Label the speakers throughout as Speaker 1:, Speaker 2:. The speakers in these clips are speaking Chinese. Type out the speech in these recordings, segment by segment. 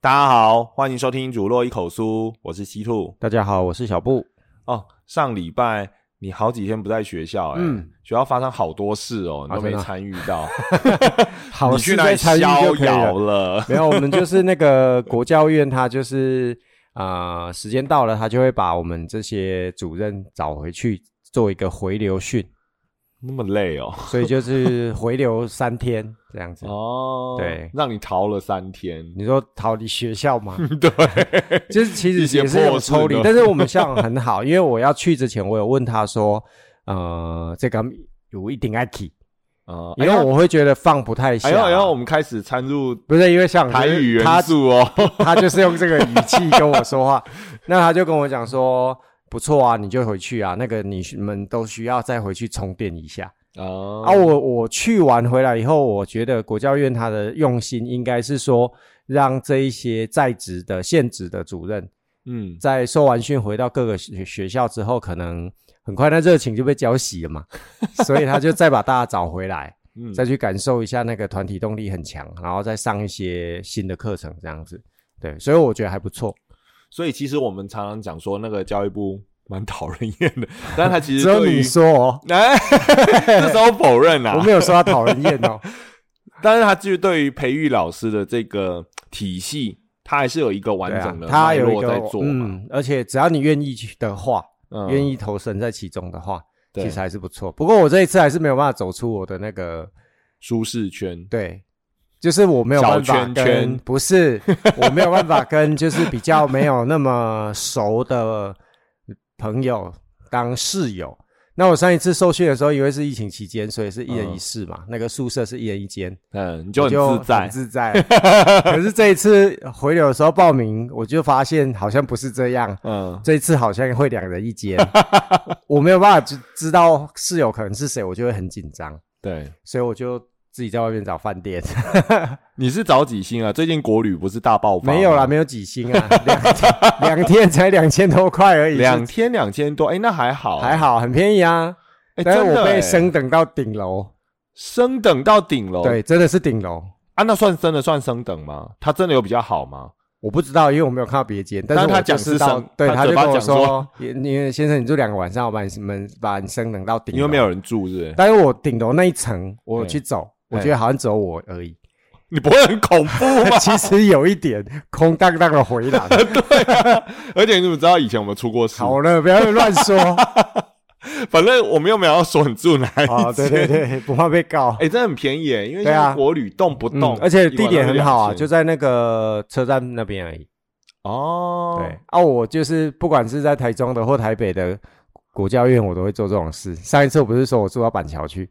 Speaker 1: 大家好，欢迎收听《煮落一口酥》，我是西兔。
Speaker 2: 大家好，我是小布。
Speaker 1: 哦，上礼拜你好几天不在学校、欸，哎、
Speaker 2: 嗯
Speaker 1: 学校发生好多事哦，你
Speaker 2: 啊
Speaker 1: 都没
Speaker 2: 真的
Speaker 1: 参与到，
Speaker 2: 好
Speaker 1: 你去
Speaker 2: 事
Speaker 1: 哪
Speaker 2: 在
Speaker 1: 里
Speaker 2: 参与
Speaker 1: 逍
Speaker 2: 就可以
Speaker 1: 遥
Speaker 2: 了。
Speaker 1: 了？
Speaker 2: 没有，我们就是那个国教院，他就是啊、呃时间到了，他就会把我们这些主任找回去做一个回流训，
Speaker 1: 那么累哦，
Speaker 2: 所以就是回流三天这样子。
Speaker 1: 哦，
Speaker 2: 对
Speaker 1: 让你逃了三 天，
Speaker 2: 你说逃离学校 吗？
Speaker 1: 对，
Speaker 2: 就是其
Speaker 1: 一
Speaker 2: 实
Speaker 1: 些
Speaker 2: 也是有
Speaker 1: 破事
Speaker 2: 抽离
Speaker 1: 呢，
Speaker 2: 但是我们像很好，因为我要去之前，我有问他说，呃，这个有一定爱去，
Speaker 1: 啊、
Speaker 2: 因为我会觉得放不啊太下。
Speaker 1: 哎呦哎呦，我们开始掺入
Speaker 2: 不是因为像
Speaker 1: 台语
Speaker 2: 他
Speaker 1: 元素哦，
Speaker 2: 他就是用这个语气跟我说话，那他就跟我讲说，不错啊，你就回去啊，那个你们都需要再回去充电一下、
Speaker 1: 哦
Speaker 2: 啊。我我去完回来以后，我觉得国教院他的用心应该是说，让这一些在职的现职的主任，
Speaker 1: 嗯，
Speaker 2: 在受完训回到各个学学校之后，可能很快那热情就被浇熄了嘛， 所以他就再把大家找回来。
Speaker 1: 嗯
Speaker 2: 再去感受一下那个团体动力很强，然后再上一些新的课程这样子。对，所以我觉得还不错。
Speaker 1: 所以其实我们常常讲说，那个教育部蛮讨人厌的，但他其实
Speaker 2: 只有
Speaker 1: 对于
Speaker 2: 你说哦，
Speaker 1: 哎，这时候否认啊啦、
Speaker 2: 我没有说他讨人厌 哦。
Speaker 1: 但是他就是对于培育老师的这个体系，他还是有一个完
Speaker 2: 对啊
Speaker 1: 整，的
Speaker 2: 他
Speaker 1: 脉
Speaker 2: 有一
Speaker 1: 络
Speaker 2: 个
Speaker 1: 在做嘛，
Speaker 2: 嗯，而且只要你愿意去的话，
Speaker 1: 嗯
Speaker 2: 愿、意投身在其中的话，
Speaker 1: 对
Speaker 2: 其实还是不错。不过我这一次还是没有办法走出我的那个
Speaker 1: 舒适圈，
Speaker 2: 对。就是我没有办
Speaker 1: 小
Speaker 2: 法
Speaker 1: 圈
Speaker 2: 跟
Speaker 1: 圈
Speaker 2: 不是我没有办法跟就是比较没有那么熟的朋友当室友。那我上一次受训的时候，因为是疫情期间，所以是一人一室嘛，那个宿舍是一人一间，
Speaker 1: 嗯，你就很
Speaker 2: 我
Speaker 1: 自在
Speaker 2: 很，自在。 可是这一次回流的时候报名，我就发现好像不是这样，
Speaker 1: 嗯，
Speaker 2: 这一次好像会两人 一间，我没有办法知知道室友可能是谁，我就会很紧张，
Speaker 1: 对。
Speaker 2: 所以我就自己在外面找饭店。
Speaker 1: 你是找几星啊？最近国旅不是大爆发吗？
Speaker 2: 没有啦，没有几 星啊，两两天才两千多块而已，
Speaker 1: 两
Speaker 2: 是
Speaker 1: 天两千多，哎、那还好，
Speaker 2: 还，好，很便宜啊。
Speaker 1: 哎、
Speaker 2: 但是
Speaker 1: 真的、哦
Speaker 2: 我
Speaker 1: 哎
Speaker 2: 被升等到顶楼，
Speaker 1: 升等到顶楼，
Speaker 2: 对，真的是顶楼。
Speaker 1: 啊，那算真的算升等吗？他真的有比较好吗？
Speaker 2: 我不知道，因为我没有看到别间，但
Speaker 1: 但
Speaker 2: 是
Speaker 1: 是他
Speaker 2: 我就
Speaker 1: 讲
Speaker 2: 知
Speaker 1: 是
Speaker 2: 道
Speaker 1: 升，
Speaker 2: 对，
Speaker 1: 他
Speaker 2: 他
Speaker 1: 嘴
Speaker 2: 就
Speaker 1: 巴
Speaker 2: 跟我
Speaker 1: 讲说
Speaker 2: 说，因因为先生，你住两个晚上，我把你们把你升等到顶楼，
Speaker 1: 因为没有人住，是不 是？
Speaker 2: 但是我顶楼那一层，我
Speaker 1: 对
Speaker 2: 去走，
Speaker 1: 对
Speaker 2: 我觉得好像只有我而已。？
Speaker 1: 你不会很恐怖 吗
Speaker 2: 其实有一点空荡荡的回 廊。
Speaker 1: 而且你怎么知道以前我们出过事？
Speaker 2: 好了，不要乱 说
Speaker 1: 反正我们又没有要说你住哪一间。
Speaker 2: 啊！对对对，不怕被告
Speaker 1: 哎、。真的很便宜耶，因为现
Speaker 2: 对啊
Speaker 1: 在国旅动不
Speaker 2: 嗯
Speaker 1: 动，，
Speaker 2: 而且地点很好啊，
Speaker 1: 一晚上就两千
Speaker 2: 就在那个车站那边而已。
Speaker 1: 哦，
Speaker 2: 对，啊，我就是不管是在台中的或台北的国教院，我都会做这种事。上一次我不是说我住到板桥去，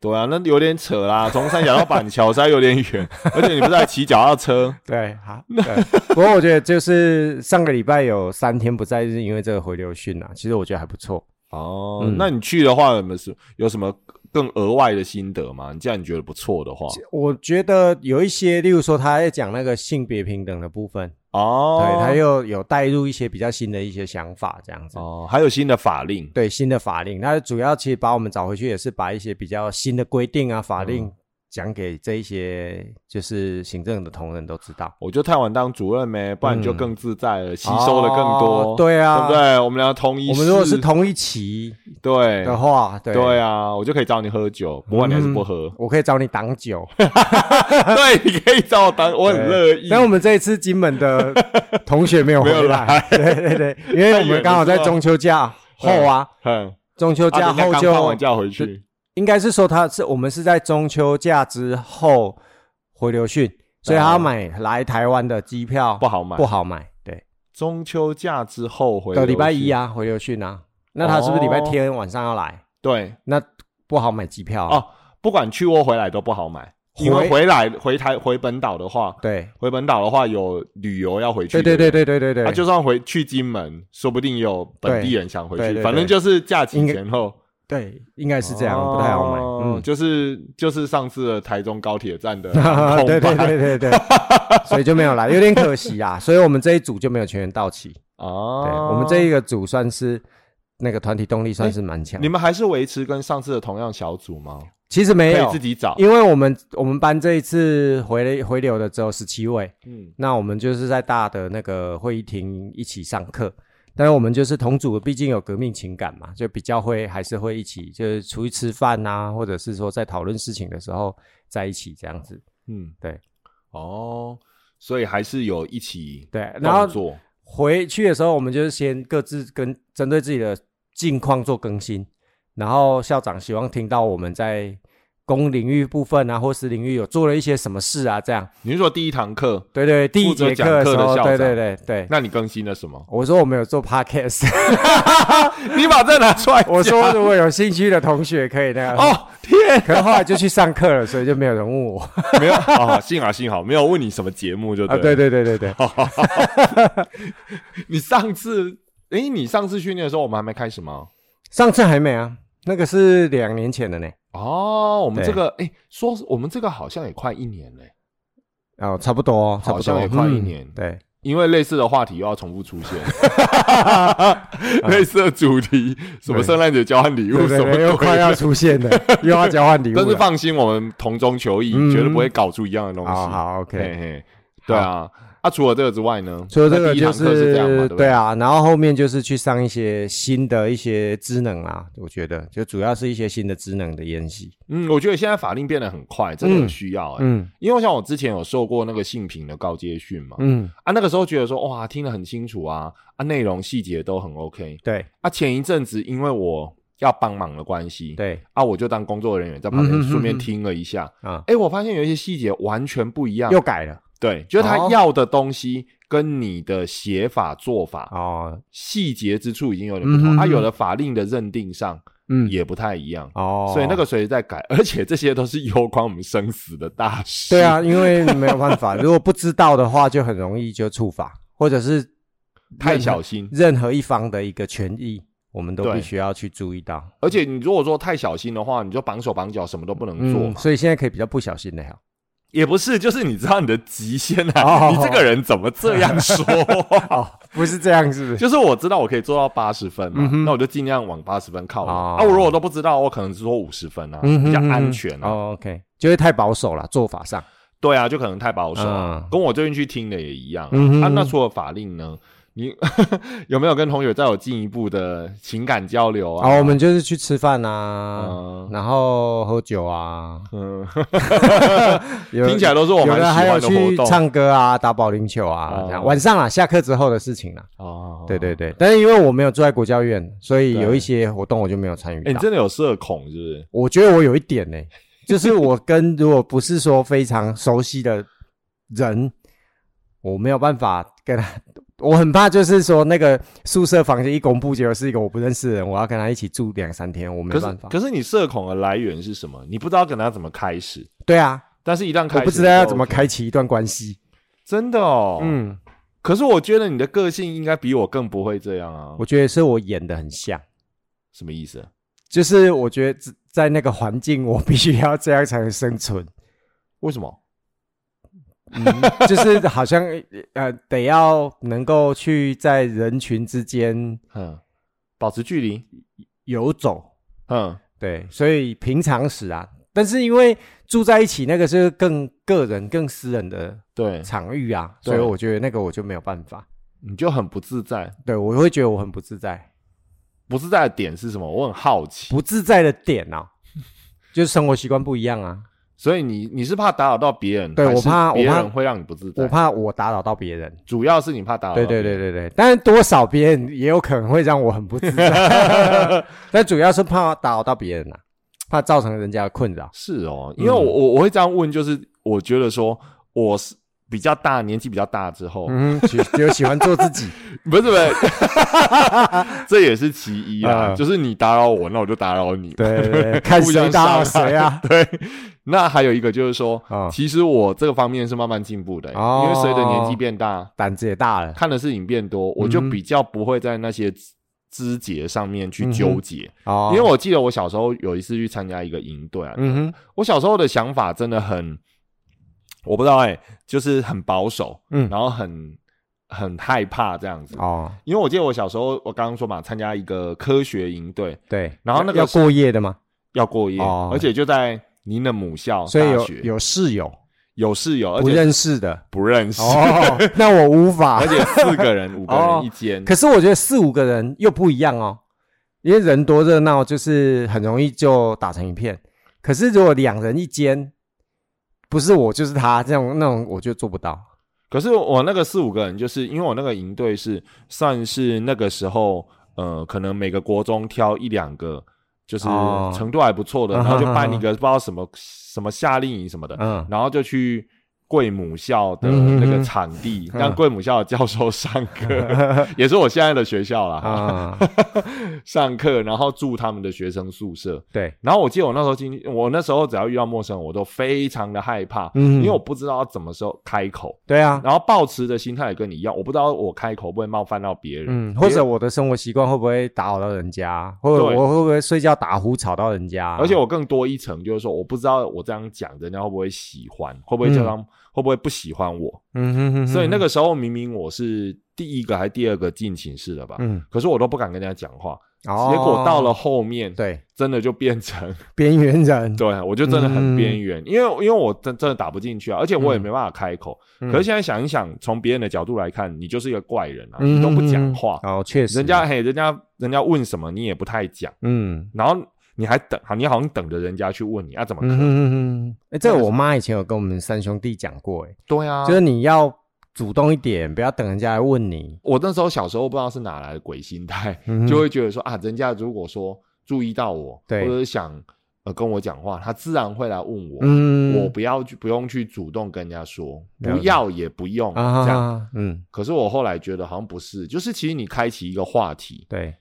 Speaker 1: 对啊，那有点扯啦，从三峡到板桥 实在有点远，而且你不是还骑脚踏车？
Speaker 2: 对，好。对 不过我觉得就是上个礼拜有三天不在，就是因为这个回流训啊，其实我觉得还不错。
Speaker 1: 哦，
Speaker 2: 嗯
Speaker 1: 那你去的话有没有什有什么更额外的心得吗？你既然你觉得不错的话，
Speaker 2: 我觉得有一些，例如说他在讲那个性别平等的部分，
Speaker 1: 哦，
Speaker 2: 对他又有带入一些比较新的一些想法，这样子。
Speaker 1: 哦，还有新的法令，
Speaker 2: 对新的法令，那主要其实把我们找回去，也是把一些比较新的规定啊、法
Speaker 1: 嗯
Speaker 2: 令讲给这一些就是行政的同仁都知道，
Speaker 1: 我就太晚当主任呗，不然你就更自在了，吸收的更多，
Speaker 2: 嗯哦对
Speaker 1: 对
Speaker 2: 啊，
Speaker 1: 不对？我们俩同一，
Speaker 2: 我们如果是同一期
Speaker 1: 对
Speaker 2: 的话，对嗯
Speaker 1: 对啊，我就可以找你喝酒，不过你还是不喝。
Speaker 2: 我可以找你挡酒，
Speaker 1: 对，你可以找我当，我很乐意。
Speaker 2: 对但我们这一次金门的 同学没有
Speaker 1: 没有
Speaker 2: 回来，对对对，因为我们刚好在中秋假后啊，
Speaker 1: 嗯，
Speaker 2: 中秋
Speaker 1: 啊
Speaker 2: 假
Speaker 1: 人家
Speaker 2: 后
Speaker 1: 刚
Speaker 2: 就
Speaker 1: 放完假回去，
Speaker 2: 应该是说他是我们是在中秋假之后回流讯，所以他要买来台湾的机票
Speaker 1: 哦不好买。
Speaker 2: 不好买，对，
Speaker 1: 中秋假之后回
Speaker 2: 到礼拜一
Speaker 1: 啊，
Speaker 2: 啊回流讯啊，那他是不是礼拜天晚上要来？
Speaker 1: 对
Speaker 2: 那不好买机票啊
Speaker 1: 哦，不管去或回来都不好买，
Speaker 2: 回
Speaker 1: 因为回来回台回本岛的话，
Speaker 2: 对
Speaker 1: 回本岛的话有旅游要回去啊
Speaker 2: 对
Speaker 1: 的，
Speaker 2: 对对对对对对，
Speaker 1: 他就算回去金门，说不定有本地人想回
Speaker 2: 对对
Speaker 1: 去，
Speaker 2: 对
Speaker 1: 反正就是假期前后
Speaker 2: 对，应该是这样，不太好买。
Speaker 1: 哦
Speaker 2: 嗯，
Speaker 1: 就是就是上次的台中高铁站 的空
Speaker 2: 对对
Speaker 1: 白
Speaker 2: 对 对对，所以就没有来，有点可惜啊。所以我们这一组就没有全员到齐。对，
Speaker 1: 哦，
Speaker 2: 我们这一个组算是那个团体动力算是蛮强
Speaker 1: 你。们还是维持跟上次的同样小组吗？
Speaker 2: 其实没
Speaker 1: 可以
Speaker 2: 有
Speaker 1: 自，己找，
Speaker 2: 因为我们我们班这一次回回流的只有十七位，
Speaker 1: 嗯，
Speaker 2: 那我们就是在大的那个会议厅一起上课。但是我们就是同组，毕竟有革命情感嘛，就比较会还是会一起，就是出去吃饭啊，或者是说在讨论事情的时候在一起这样子。
Speaker 1: 嗯，
Speaker 2: 对，
Speaker 1: 哦，所以还是有一起
Speaker 2: 对，然后
Speaker 1: 动作，
Speaker 2: 回去的时候，我们就是先各自跟针对自己的近况做更新，然后校长希望听到我们在公领域部分啊，或是领域有做了一些什么事啊，这样。
Speaker 1: 你是说第一堂课，
Speaker 2: 对对，第一节课时候，
Speaker 1: 负责讲课的校长
Speaker 2: 对对对对，？
Speaker 1: 那你更新了什么
Speaker 2: 我说我们有做 podcast，
Speaker 1: 你把这拿出来讲，
Speaker 2: 我说如果有兴趣的同学可以那个，
Speaker 1: 哦，天，
Speaker 2: 可是后来就去上课了，所以就没有人问 我啊。
Speaker 1: 没有，哦，幸好幸好没有问你什么节目就对了
Speaker 2: 对对对对啊对，
Speaker 1: 你上次，诶，你上次训练的时候我们还没开始吗？
Speaker 2: 上次还没啊，那个是两年前的呢，
Speaker 1: 哦，我们
Speaker 2: 对
Speaker 1: 这个，诶，说我们这个好像也快一年嘞，
Speaker 2: 哦，差不多哦，差不
Speaker 1: 好
Speaker 2: 多
Speaker 1: 像也快一
Speaker 2: 嗯
Speaker 1: 年
Speaker 2: 对，
Speaker 1: 因为类似的话题又要重复出 现，类似的主题，什么圣诞节交换礼物
Speaker 2: 对
Speaker 1: 什
Speaker 2: 对
Speaker 1: 么
Speaker 2: 对，
Speaker 1: 鬼
Speaker 2: 又快要
Speaker 1: 的。
Speaker 2: 出现 了，又要交换礼物了。
Speaker 1: 但是放心，我们同中求异，
Speaker 2: 嗯
Speaker 1: 绝对不会搞出一样的东西。
Speaker 2: 好啊好
Speaker 1: 嘿
Speaker 2: ，OK。
Speaker 1: 嘿，对啊。啊，除了这个之外呢？
Speaker 2: 所以这个
Speaker 1: 那第一
Speaker 2: 就
Speaker 1: 堂课是这样嘛，对不
Speaker 2: 对？啊，然后后面就是去上一些新的一些职能啊，我觉得就主要是一些新的职能的研习。
Speaker 1: 嗯，我觉得现在法令变得很快，真的有需要哎、
Speaker 2: 嗯
Speaker 1: 因为像我之前有受过那个性平的告诫训嘛，
Speaker 2: 嗯，
Speaker 1: 啊，那个时候觉得说哇，听得很清楚啊，啊，内容细节都很 OK。
Speaker 2: 对
Speaker 1: 啊，前一阵子因为我要帮忙的关系，
Speaker 2: 对
Speaker 1: 啊，我就当工作人员在旁边
Speaker 2: 嗯哼
Speaker 1: 顺便
Speaker 2: 哼哼
Speaker 1: 听了一下。
Speaker 2: 啊，
Speaker 1: 哎、我发现有一些细节完全不一样。
Speaker 2: 又改了
Speaker 1: 对，就是他
Speaker 2: 哦
Speaker 1: 要的东西跟你的写法、做法、
Speaker 2: 哦，
Speaker 1: 细节之处已经有点不同，
Speaker 2: 嗯哼
Speaker 1: 他、啊、
Speaker 2: 哼
Speaker 1: 有的法令的认定上
Speaker 2: 嗯
Speaker 1: 也不太一样。
Speaker 2: 哦，
Speaker 1: 所以那个随时在改，而且这些都是攸关我们生死的大事。
Speaker 2: 对，啊，因为没有办 法，如果不知道的话，就很容易就触法，或者是
Speaker 1: 太
Speaker 2: 任何
Speaker 1: 小心。
Speaker 2: 任何一方的一个权益，我们都
Speaker 1: 对
Speaker 2: 必须要去注意到。
Speaker 1: 而且你如果说太小心的话，你就绑手绑脚，什么都不能做
Speaker 2: 嗯，
Speaker 1: 嘛。
Speaker 2: 所以现在可以比较不小心的哈。
Speaker 1: 也不是，就是你知道你的极限啊，
Speaker 2: 哦
Speaker 1: 你这个人怎么这样 说话？
Speaker 2: 不是这样，是不是？
Speaker 1: 就是我知道我可以做到八十分嘛
Speaker 2: 嗯，哼
Speaker 1: 那我就尽量往八十分靠拢。
Speaker 2: 哦
Speaker 1: 啊，
Speaker 2: 嗯
Speaker 1: 我如果都不知道，我可能只说五十分啊，比较安全啊。
Speaker 2: 哦，OK，就会太保守了，做法上。
Speaker 1: 对啊，就可能太保守啊。
Speaker 2: 嗯
Speaker 1: 跟我最近去听的也一样啊。
Speaker 2: 嗯哼
Speaker 1: 啊，那除了法令呢？你 有没有跟同学再有进一步的情感交流啊？
Speaker 2: 啊，我们就是去吃饭啊，
Speaker 1: 嗯
Speaker 2: 然后喝酒啊，
Speaker 1: 嗯，
Speaker 2: 有
Speaker 1: 听起来都是我
Speaker 2: 有
Speaker 1: 蛮喜
Speaker 2: 的还有
Speaker 1: 欢的活
Speaker 2: 去
Speaker 1: 动
Speaker 2: 唱歌啊，打保龄球啊，这样
Speaker 1: 哦
Speaker 2: 晚上啊，下课之后的事情啦。
Speaker 1: 哦
Speaker 2: 对对对，但是因为我没有住在国教院，所以
Speaker 1: 对
Speaker 2: 有一些活动我就没有参
Speaker 1: 哎、
Speaker 2: 与
Speaker 1: 你
Speaker 2: 到。
Speaker 1: 真的有社恐是不是？
Speaker 2: 我觉得我有一点呢， 就是我跟如果不是说非常熟悉的人，我没有办法跟他。我很怕，就是说那个宿舍房间一公布，结果是一个我不认识的人，我要跟他一起住两三天，我没
Speaker 1: 可
Speaker 2: 办
Speaker 1: 是
Speaker 2: 法。
Speaker 1: 可是你社恐的来源是什么？你不知道跟他怎么开始，
Speaker 2: 对啊，
Speaker 1: 但是一旦开
Speaker 2: 我
Speaker 1: 始，
Speaker 2: 不知道要怎么，开启一段关系。
Speaker 1: 真的哦。嗯，
Speaker 2: 嗯，
Speaker 1: 可是我觉得你的个性应该比我更不会这样啊。
Speaker 2: 我觉得是我演的很像，
Speaker 1: 什么意思？
Speaker 2: 就是我觉得在那个环境，我必须要这样才能生存。
Speaker 1: 为什么？
Speaker 2: 嗯，就是好像呃，得要能够去在人群之间
Speaker 1: 嗯，保持距离。
Speaker 2: 游走，
Speaker 1: 嗯，
Speaker 2: 对，所以平常时啊，但是因为住在一起，那个是更个人、更私人的
Speaker 1: 对，
Speaker 2: 场域啊，
Speaker 1: 对
Speaker 2: 所以我觉得那个我就没有办法，
Speaker 1: 你就很不自在。
Speaker 2: 对我会觉得我很不自在，
Speaker 1: 不自在的点是什么？我很好奇。
Speaker 2: 不自在的点啊， 就是生活习惯不一样啊，
Speaker 1: 所以你你是怕打扰到别人，
Speaker 2: 对
Speaker 1: 还是
Speaker 2: 我怕我
Speaker 1: 别
Speaker 2: 怕
Speaker 1: 人会让你不自在。
Speaker 2: 我怕我打扰到别人，
Speaker 1: 主要是你怕打扰。
Speaker 2: 对对对。对对，但是多少别人也有可能会让我很不 自在，但主要是怕打扰到别人啊，怕造成人家的困扰。
Speaker 1: 是哦，
Speaker 2: 嗯
Speaker 1: 因为我我我会这样问，就是我觉得说我是比较大，年纪比较大之后，
Speaker 2: 嗯，喜只有喜欢做 自己，
Speaker 1: 不是不是，这也是其一啊，
Speaker 2: 嗯
Speaker 1: 就是你打扰我，那我就打扰你。
Speaker 2: 对对对，看
Speaker 1: 互相
Speaker 2: 谁打扰
Speaker 1: 伤害
Speaker 2: 谁 啊。
Speaker 1: 对，那还有一个就是说，
Speaker 2: 啊
Speaker 1: 其实我这个方面是慢慢进步的、欸
Speaker 2: 哦
Speaker 1: 因为随着年纪变大，
Speaker 2: 胆子也大了，嗯
Speaker 1: 看的事情变多，我就比较不会在那些枝节上面去
Speaker 2: 嗯哼
Speaker 1: 纠结。
Speaker 2: 哦，
Speaker 1: 因为我记得我小时候有一次去参加一个营队啊，
Speaker 2: 嗯哼
Speaker 1: 我小时候的想法真的很，我不知道哎、就是很保守，
Speaker 2: 嗯
Speaker 1: 然后很很害怕这样子。
Speaker 2: 哦，
Speaker 1: 因为我记得我小时候，我刚刚说嘛，参加一个科学营队
Speaker 2: 对，
Speaker 1: 然后那个
Speaker 2: 要
Speaker 1: 是
Speaker 2: 过夜的嘛，
Speaker 1: 要过夜，
Speaker 2: 哦
Speaker 1: 而且就在您的母校
Speaker 2: 所以
Speaker 1: 哦大
Speaker 2: 有
Speaker 1: 学，
Speaker 2: 有室友
Speaker 1: 有室友，而
Speaker 2: 不
Speaker 1: 且
Speaker 2: 认 识的
Speaker 1: 不认识，
Speaker 2: 哦，那我无法
Speaker 1: 而。且四个 人、五个人一间，
Speaker 2: 可是我觉得四五个人又不一样哦，因为人多热闹，就是很容易就打成一片。可是如果两人一间，不是我就是他这样那种，我就做不到。
Speaker 1: 可是我那个四五个人，就是因为我那个营队是算是那个时候，呃，可能每个国中挑一两个，就是
Speaker 2: 哦
Speaker 1: 程度还不错的，
Speaker 2: 嗯
Speaker 1: 然后就
Speaker 2: 哼
Speaker 1: 办
Speaker 2: 哼
Speaker 1: 一个不知道什么什么夏令营什么的，
Speaker 2: 嗯，
Speaker 1: 然后就去贵母校的
Speaker 2: 嗯哼
Speaker 1: 那个
Speaker 2: 哼
Speaker 1: 场地，
Speaker 2: 嗯
Speaker 1: 让贵母校的教授上 课，也是我现在的学校啦，
Speaker 2: 啊、
Speaker 1: 上课，然后住他们的学生宿舍。
Speaker 2: 对，
Speaker 1: 然后我记得我那时候进去，我那时候只要遇到陌生人，我都非常的害怕，
Speaker 2: 嗯
Speaker 1: 因为我不知道怎么时候开口。
Speaker 2: 对啊，
Speaker 1: 然后抱持的心态也跟你一样，我不知道我开口会不会冒犯到别人，
Speaker 2: 嗯，或者我的生活习惯会不会打扰到人家，或者
Speaker 1: 对
Speaker 2: 我会不会睡觉打呼吵到人家？
Speaker 1: 而且我更多一层就是说，我不知道我这样讲人家会不会喜欢，会不会
Speaker 2: 嗯
Speaker 1: 这样，会不会不喜欢我？
Speaker 2: 嗯哼哼哼，
Speaker 1: 所以那个时候明明我是第一个还是第二个进寝室的吧，
Speaker 2: 嗯，
Speaker 1: 可是我都不敢跟人家讲话。
Speaker 2: 哦
Speaker 1: 结果到了后面，
Speaker 2: 对
Speaker 1: 真的就变成，，
Speaker 2: 边缘人
Speaker 1: 对我就真的很
Speaker 2: 嗯
Speaker 1: 边缘，因为因为我真真的打不进去啊，而且我也
Speaker 2: 嗯
Speaker 1: 没办法开口。
Speaker 2: 嗯
Speaker 1: 可是现在想一想，从别人的角度来看，你就是一个怪人啊，
Speaker 2: 嗯
Speaker 1: 你都不讲话，
Speaker 2: 哦，确实，
Speaker 1: 人家嘿，人家人家问什么你也不太讲，
Speaker 2: 嗯。
Speaker 1: 然后你还等，好，你好像等着人家去问你啊，怎么可
Speaker 2: 嗯哼
Speaker 1: 能？
Speaker 2: 哼哼，哎、这
Speaker 1: 那
Speaker 2: 个
Speaker 1: 个
Speaker 2: 我妈以前有跟我们三兄弟讲过、诶
Speaker 1: 对啊，
Speaker 2: 就是你要主动一点，不要等人家来问你。
Speaker 1: 我那时候小时候不知道是哪来的鬼心态，
Speaker 2: 嗯
Speaker 1: 就会觉得说啊，人家如果说注意到我，
Speaker 2: 对
Speaker 1: 或者是想呃跟我讲话，他自然会来问我，
Speaker 2: 嗯
Speaker 1: 我不要去不用去主动跟人家说，
Speaker 2: 了
Speaker 1: 不
Speaker 2: 解
Speaker 1: 要也不用、
Speaker 2: 啊
Speaker 1: 这样。
Speaker 2: 嗯，
Speaker 1: 可是我后来觉得好像不是，就是其实你开启一个话题，
Speaker 2: 对。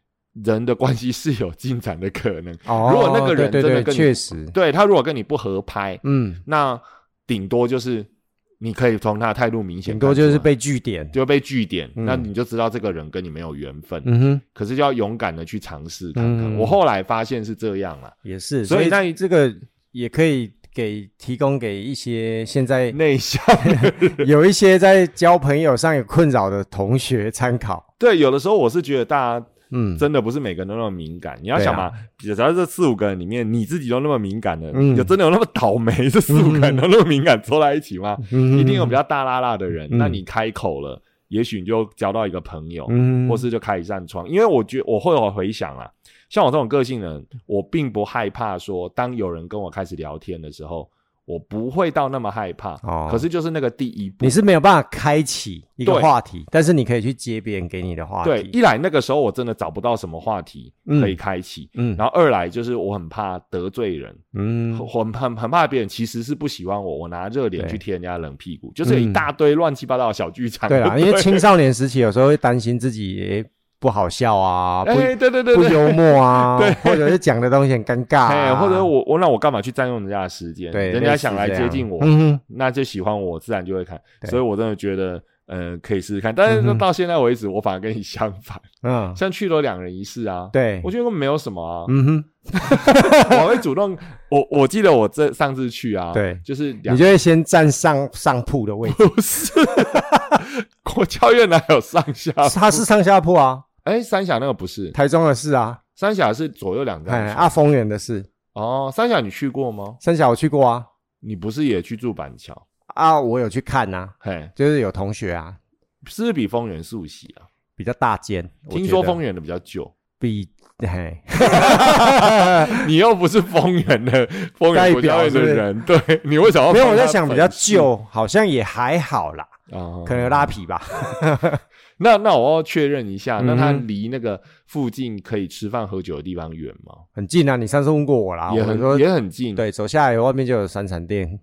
Speaker 1: 人的关系是有进展的可能。
Speaker 2: 哦，
Speaker 1: 如果那个人
Speaker 2: 对
Speaker 1: 真的
Speaker 2: 对
Speaker 1: 跟
Speaker 2: 对，
Speaker 1: 你
Speaker 2: 确实，
Speaker 1: 对他如果跟你不合拍，
Speaker 2: 嗯，
Speaker 1: 那顶多就是你可以从他的态度明显
Speaker 2: 顶
Speaker 1: 看出来，
Speaker 2: 多就是被据点。
Speaker 1: 就被据点，
Speaker 2: 嗯
Speaker 1: 那你就知道这个人跟你没有缘分。
Speaker 2: 嗯哼，
Speaker 1: 可是就要勇敢的去尝试看看。
Speaker 2: 嗯
Speaker 1: 我后来发现是这样啦，
Speaker 2: 也是。
Speaker 1: 所以
Speaker 2: 所以
Speaker 1: 那
Speaker 2: 那这个也可以给提供给一些 现在
Speaker 1: 内 向
Speaker 2: 有一些在交朋友上有困扰的同学参考。
Speaker 1: 对，有的时候我是觉得大家
Speaker 2: 嗯，
Speaker 1: 真的不是每个人都那么敏感。你要
Speaker 2: 对啊
Speaker 1: 想嘛，只要这四五个人里面你自己都那么敏感的，
Speaker 2: 嗯
Speaker 1: 有真的有那么倒 霉，这四五个人都那么敏感凑在一起吗？
Speaker 2: 嗯
Speaker 1: 一定有比较大拉拉的人，
Speaker 2: 嗯
Speaker 1: 那你开口了，也许你就交到一个朋友，
Speaker 2: 嗯
Speaker 1: 或是就开一扇窗。因为我觉我会有回想啦，像我这种个性人，我并不害怕说，当有人跟我开始聊天的时候，我不会到那么害怕。
Speaker 2: 哦
Speaker 1: 可是就是那个第一步
Speaker 2: 嗯你，是没有办法开启一个
Speaker 1: 对
Speaker 2: 话题，但是你可以去接别人给你的话
Speaker 1: 对，
Speaker 2: 题。
Speaker 1: 一来那个时候我真的找不到什么话题
Speaker 2: 嗯
Speaker 1: 可以开启，
Speaker 2: 嗯
Speaker 1: 然后二来就是我很怕得罪人。
Speaker 2: 嗯
Speaker 1: 我很很很怕别人其实是不喜欢我，我拿热脸
Speaker 2: 对嗯
Speaker 1: 去贴人家冷屁股，就是有一大堆乱七八糟的小剧场。
Speaker 2: 对啦，因 为青少年时期有时候会担心自己诶不好笑啊，不、
Speaker 1: 哎，对对对
Speaker 2: 不
Speaker 1: 对，
Speaker 2: 幽默 啊，
Speaker 1: 对
Speaker 2: 或者是讲的东西很尴尬、
Speaker 1: 哎，
Speaker 2: 啊，
Speaker 1: 或者我我那我干嘛去占用人家的时间？
Speaker 2: 对，
Speaker 1: 人
Speaker 2: 类
Speaker 1: 家
Speaker 2: 似
Speaker 1: 想来
Speaker 2: 这
Speaker 1: 接
Speaker 2: 样
Speaker 1: 近我，
Speaker 2: 嗯哼，
Speaker 1: 那就喜欢我，自然就会看。
Speaker 2: 对
Speaker 1: 所以我真的觉得，呃，可以试试看。但
Speaker 2: 嗯
Speaker 1: 是
Speaker 2: 哼
Speaker 1: 到现在为止，我反而跟你相反，
Speaker 2: 嗯，
Speaker 1: 像去了两人一室啊，
Speaker 2: 对
Speaker 1: 我，觉得没有什么 啊，
Speaker 2: 嗯哼，
Speaker 1: 我会主动。我我记得我这上次去啊，
Speaker 2: 对
Speaker 1: 就是两
Speaker 2: 你就会先占上上铺 的位置，
Speaker 1: 不是国教院哪有上下？
Speaker 2: 他是上下铺啊，
Speaker 1: 哎，三峡那个不是，
Speaker 2: 台中的是啊，
Speaker 1: 三峡是左右两
Speaker 2: 哎，
Speaker 1: 张床。
Speaker 2: 啊，丰原的是，
Speaker 1: 哦，三峡你去过吗？
Speaker 2: 三峡我去过啊，
Speaker 1: 你不是也去住板桥？
Speaker 2: 啊，我有去看呐、啊，
Speaker 1: 嘿，
Speaker 2: 就是有同学啊，
Speaker 1: 是不是比丰原素喜啊？
Speaker 2: 比较大间，我
Speaker 1: 听
Speaker 2: 觉
Speaker 1: 说
Speaker 2: 得
Speaker 1: 丰原的比较旧，
Speaker 2: 比嘿，
Speaker 1: 你又不是丰原 的丰原国家队的人，对你为什么要
Speaker 2: 没有我
Speaker 1: 帮他
Speaker 2: 在想比较
Speaker 1: 粉饰
Speaker 2: 旧，好像也还好啦，
Speaker 1: 啊？
Speaker 2: 可能有拉皮吧。
Speaker 1: 那那我要确认一下，
Speaker 2: 嗯哼
Speaker 1: 那他离那个附近可以吃饭喝酒的地方远吗？
Speaker 2: 很近啊！你上次问过我啦，
Speaker 1: 也
Speaker 2: 我说
Speaker 1: 很也很近，。
Speaker 2: 对，走下来外面就有三产店，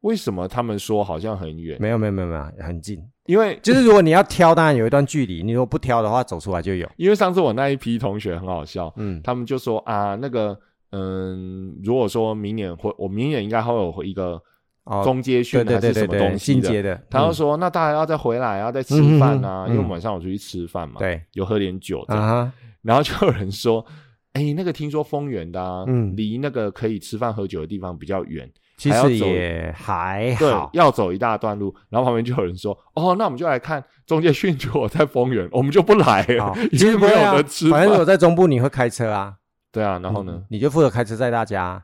Speaker 1: 为什么他们说好像很远？
Speaker 2: 没有没有没有没有，很近。
Speaker 1: 因为
Speaker 2: 就是如果你要挑，当然有一段距离；你如果不挑的话，走出来就有。
Speaker 1: 因为上次我那一批同学很好笑，
Speaker 2: 嗯
Speaker 1: 他们就说啊，那个嗯，如果说明年会，我明年应该会有一个
Speaker 2: 哦
Speaker 1: 中阶
Speaker 2: 对
Speaker 1: 训
Speaker 2: 对
Speaker 1: 还
Speaker 2: 对
Speaker 1: 是
Speaker 2: 对
Speaker 1: 什么
Speaker 2: 对，
Speaker 1: 东西
Speaker 2: 进
Speaker 1: 的。
Speaker 2: 阶的，
Speaker 1: 他就
Speaker 2: 嗯
Speaker 1: 说：“那大家要再回来啊，要再吃饭啊，
Speaker 2: 嗯嗯嗯
Speaker 1: 因为我们晚上有出去吃饭嘛，
Speaker 2: 对
Speaker 1: 有喝点酒这样
Speaker 2: 啊哈，
Speaker 1: 然后就有人说，哎，那个听说丰原的、啊，
Speaker 2: 嗯
Speaker 1: 离那个可以吃饭喝酒的地方比较远，
Speaker 2: 其
Speaker 1: 还要
Speaker 2: 实
Speaker 1: 走
Speaker 2: 也还
Speaker 1: 对
Speaker 2: 哎好，，
Speaker 1: 要走一大段路。然后旁边就有人说，哦，那我们就来看中介训我在丰原，我们就不来了
Speaker 2: 好，
Speaker 1: 已
Speaker 2: 其实
Speaker 1: 经
Speaker 2: 不
Speaker 1: 没
Speaker 2: 会
Speaker 1: 有
Speaker 2: 啊
Speaker 1: 得吃
Speaker 2: 反正
Speaker 1: 饭。
Speaker 2: 我在中部，你会开车啊，
Speaker 1: 对啊，然后呢？
Speaker 2: 你就负责开车载大家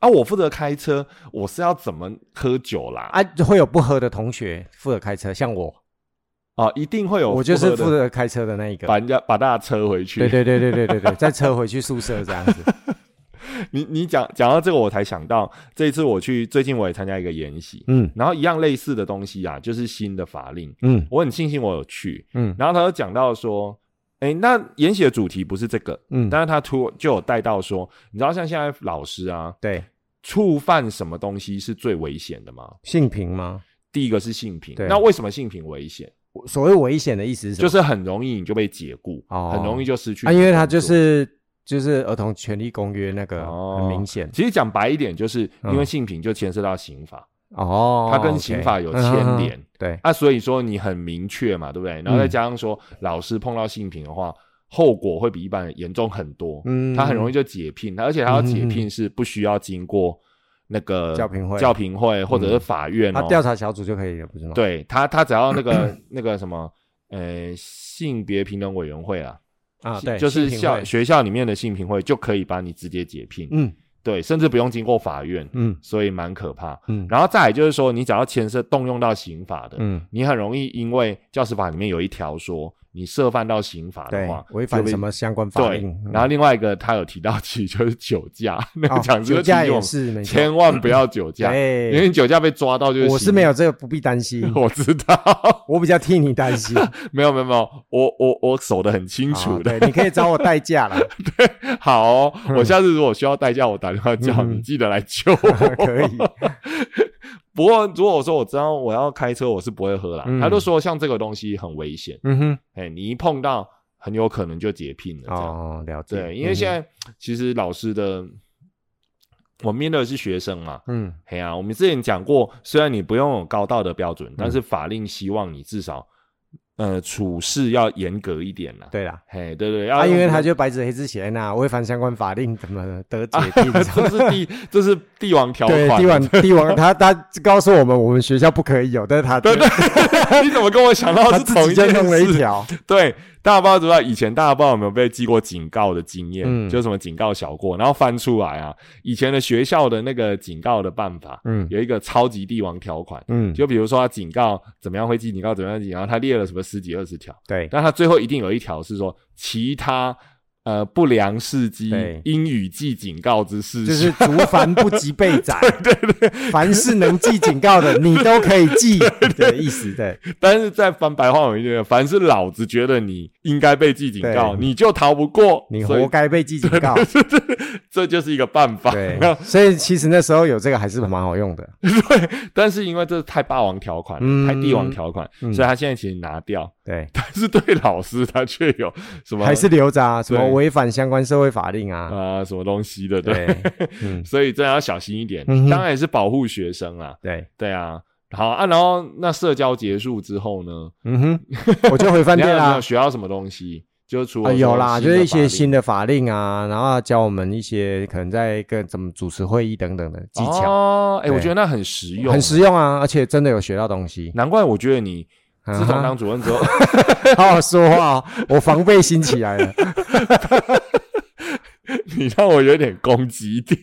Speaker 1: 啊，我负责开车，我是要怎么喝酒啦？啊
Speaker 2: 啊，会有不喝的同学负责开车，像我，
Speaker 1: 啊，一定会有，
Speaker 2: 我就是负责开车的那一个。
Speaker 1: 把人家把大家车回去。
Speaker 2: 对对对对对对对，再车回去宿舍这样子。
Speaker 1: 你你讲讲到这个，我才想到这一次我去，最近我也参加一个研习，
Speaker 2: 嗯
Speaker 1: 然后一样类似的东西啊，就是新的法令，
Speaker 2: 嗯
Speaker 1: 我很庆幸我有去。
Speaker 2: 嗯
Speaker 1: 然后他就讲到说，哎，那研习的主题不是这个，
Speaker 2: 嗯，
Speaker 1: 但是他突就有带到说，你知道像现在老师啊，
Speaker 2: 对，
Speaker 1: 触犯什么东西是最危险的吗？
Speaker 2: 性平吗？
Speaker 1: 第一个是性平，
Speaker 2: 对
Speaker 1: 那为什么性平危险？
Speaker 2: 所谓危险的意思是什
Speaker 1: 就
Speaker 2: 么？
Speaker 1: 是很容易你就被解雇，
Speaker 2: 哦
Speaker 1: 很容易就失去你
Speaker 2: 啊，
Speaker 1: 的工作。
Speaker 2: 因为它就是就是儿童权利公约那个
Speaker 1: 哦
Speaker 2: 很明显
Speaker 1: 其实讲白一点，就是因为
Speaker 2: 嗯
Speaker 1: 性平就牵涉到刑法、
Speaker 2: 哦，
Speaker 1: 它跟
Speaker 2: OK
Speaker 1: 刑法有牵连。
Speaker 2: 嗯对，
Speaker 1: 啊，所以说你很明确嘛，对不对？然后再加上说，老师碰到性平的话，后果会比一般人严重很多。
Speaker 2: 嗯
Speaker 1: 他很容易
Speaker 2: 易
Speaker 1: 就解聘，而且他要解聘是不需要经过那个
Speaker 2: 教评会
Speaker 1: 教评会或者是法院
Speaker 2: 他
Speaker 1: 哦。
Speaker 2: 调查小组就可以了，不是吗？，
Speaker 1: 对他，他只要那个 那个什么，呃，性别平等委员会啊，
Speaker 2: 啊，
Speaker 1: 性
Speaker 2: 对，
Speaker 1: 就是
Speaker 2: 性平
Speaker 1: 校
Speaker 2: 会
Speaker 1: 学校里面的性评会就可以把你直接解聘，
Speaker 2: 嗯
Speaker 1: 对，甚至不用经过法院，
Speaker 2: 嗯
Speaker 1: 所以蛮可怕。
Speaker 2: 嗯
Speaker 1: 然后再来就是说，你只要牵涉动用到刑法的，
Speaker 2: 嗯，
Speaker 1: 你很容易因为教师法里面有一条说，你涉犯到刑法的
Speaker 2: 对
Speaker 1: 话，，
Speaker 2: 违反
Speaker 1: 就被
Speaker 2: 什么相关法
Speaker 1: 对
Speaker 2: 令？嗯，
Speaker 1: 然后另外一个他有提到，其实就是酒驾，那个
Speaker 2: 哦
Speaker 1: 讲师
Speaker 2: 酒
Speaker 1: 就
Speaker 2: 驾
Speaker 1: 提醒我
Speaker 2: 也
Speaker 1: 们
Speaker 2: 是没错，
Speaker 1: 千万不要酒驾，因
Speaker 2: 对
Speaker 1: 为你酒驾被抓到 就是
Speaker 2: 我
Speaker 1: 刑
Speaker 2: 是没有这个不必担 心，
Speaker 1: 我知道，
Speaker 2: 我比较替你担心，
Speaker 1: 没有没有没有，我我我守得很 清楚
Speaker 2: 啊
Speaker 1: 的。
Speaker 2: 对，你可以找我代驾 啦，
Speaker 1: 好哦、我下次如果需要代驾，我打电话叫你，
Speaker 2: 嗯
Speaker 1: 记得来救我。
Speaker 2: 可以，
Speaker 1: 不过如果说我知道我要开车，我是不会喝啦。
Speaker 2: 嗯
Speaker 1: 他就说像这个东西很危险，
Speaker 2: 嗯哼，
Speaker 1: 哎，你一碰到很有可能就解聘了。这样、
Speaker 2: 哦，嗯了解，
Speaker 1: 对，因为现在、其实老师的，我面对的是学生嘛，
Speaker 2: 嗯哼，
Speaker 1: 嘿啊，我们之前讲过，虽然你不用有高道德标准，但是
Speaker 2: 嗯
Speaker 1: 法令希望你至少，呃，处事要严格一点啦。
Speaker 2: 嗯，，对啦。
Speaker 1: 嘿，对对，
Speaker 2: 啊，
Speaker 1: 要用
Speaker 2: 因为他
Speaker 1: 这
Speaker 2: 就白纸黑字写在那，违反相关法令，怎么得解聘？
Speaker 1: 啊 这是帝，这是帝王条
Speaker 2: 对，
Speaker 1: 款。啊
Speaker 2: 帝王，帝王，他他告诉我们，我们学校不可以有，但是他
Speaker 1: 对对， 你怎么跟我想到
Speaker 2: 他
Speaker 1: 是
Speaker 2: 自
Speaker 1: 同
Speaker 2: 己
Speaker 1: 件
Speaker 2: 就弄了一
Speaker 1: 事？
Speaker 2: 条，
Speaker 1: 对，大家不知道知不知道？以前大家不知道有没有被记过警告的经验，
Speaker 2: 嗯
Speaker 1: 就是什么警告小过，然后翻出来啊，以前的学校的那个警告的办法，
Speaker 2: 嗯
Speaker 1: 有一个超级帝王条款。
Speaker 2: 嗯，
Speaker 1: 就比如说他警告怎么样会记警告怎么样记，然后他列了什么十几二十条，
Speaker 2: 对，
Speaker 1: 但他最后一定有一条是说其他呃不良事迹
Speaker 2: 对
Speaker 1: 应予记警告之事
Speaker 2: 就
Speaker 1: 项，
Speaker 2: 是竹凡不及被宰， 对对，凡是能记警告的，你都可以记的意思，对，
Speaker 1: 但是在翻白话文就是，凡是老子觉得你应该被记警告，
Speaker 2: 对
Speaker 1: 你就逃不过，
Speaker 2: 你
Speaker 1: 所以
Speaker 2: 活该被记警告，
Speaker 1: 这就是一个办法。
Speaker 2: 对
Speaker 1: 那，
Speaker 2: 所以其实那时候有这个还是蛮好用的，
Speaker 1: 但是因为这太霸王条款了、
Speaker 2: 嗯
Speaker 1: 太帝王条款，
Speaker 2: 嗯
Speaker 1: 所以他现在其实拿掉，
Speaker 2: 对，
Speaker 1: 但是对老师他却有什么
Speaker 2: 还是留着啊，什么
Speaker 1: 对
Speaker 2: 违反相关社会法令啊，
Speaker 1: 啊、什么东西的，对。
Speaker 2: 对，嗯，
Speaker 1: 所以真的要小心一点，
Speaker 2: 嗯哼
Speaker 1: 当然也是保护学生啦。
Speaker 2: 对，
Speaker 1: 对啊，好啊，然后那社交结束之后呢，
Speaker 2: 嗯哼，我就回饭
Speaker 1: 你还
Speaker 2: 店
Speaker 1: 有没
Speaker 2: 啦
Speaker 1: 有。学到什么东西？就除了、
Speaker 2: 啊，有啦，就是一些新
Speaker 1: 的
Speaker 2: 的法令啊，然后教我们一些可能在跟怎么主持会议等等的技
Speaker 1: 法令
Speaker 2: 巧，
Speaker 1: 哦，哎、
Speaker 2: 对
Speaker 1: 我觉得那很实用，
Speaker 2: 很实用啊，而且真的有学到东西。
Speaker 1: 难怪我觉得你自从
Speaker 2: 啊
Speaker 1: 当主任 之后，
Speaker 2: 哈好好说话、哦，我防备心起来了。
Speaker 1: 你让我有点攻击 点，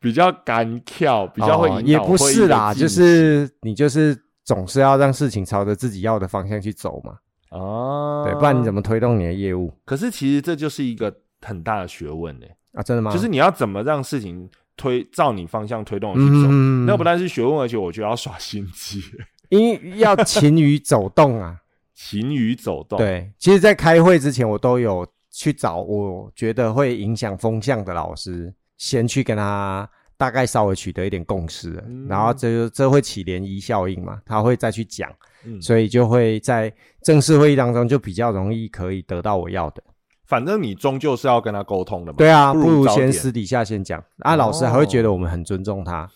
Speaker 1: 比较干跳，比较会
Speaker 2: 哦
Speaker 1: 引
Speaker 2: 也
Speaker 1: 导
Speaker 2: 不
Speaker 1: 会议
Speaker 2: 是
Speaker 1: 的
Speaker 2: 啦，
Speaker 1: 进
Speaker 2: 就是你就是总是要让事情朝着自己要的方向去走嘛，
Speaker 1: 行啊，
Speaker 2: 对，不然你怎
Speaker 1: 么？
Speaker 2: 么推动你的业务
Speaker 1: 可是其实这就是一个很大的学问呢、
Speaker 2: 啊？真的吗？
Speaker 1: 就是你要怎么让事情推照你方向推动地去走。
Speaker 2: 嗯，
Speaker 1: 那不但是学问，而且我觉得要耍心机，
Speaker 2: 因为要勤于走动啊。
Speaker 1: 勤于 走动。，
Speaker 2: 对，其实，在开会之前，我都有去找我觉得会影响风向的老师，先去跟他大概稍微取得一点共识了，
Speaker 1: 嗯
Speaker 2: 然后这就这会起涟漪效应嘛，他会再去讲，
Speaker 1: 嗯，
Speaker 2: 所以就会在正式会议当中就比较容易可以得到我要的。
Speaker 1: 反正你终究是要跟他沟通的嘛。
Speaker 2: 对啊，
Speaker 1: 不
Speaker 2: 不
Speaker 1: 如
Speaker 2: 如
Speaker 1: 早点哦
Speaker 2: 先私底下先讲，啊，老师还会觉得我们很尊重他，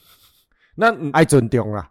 Speaker 1: 那你
Speaker 2: 爱尊重啦。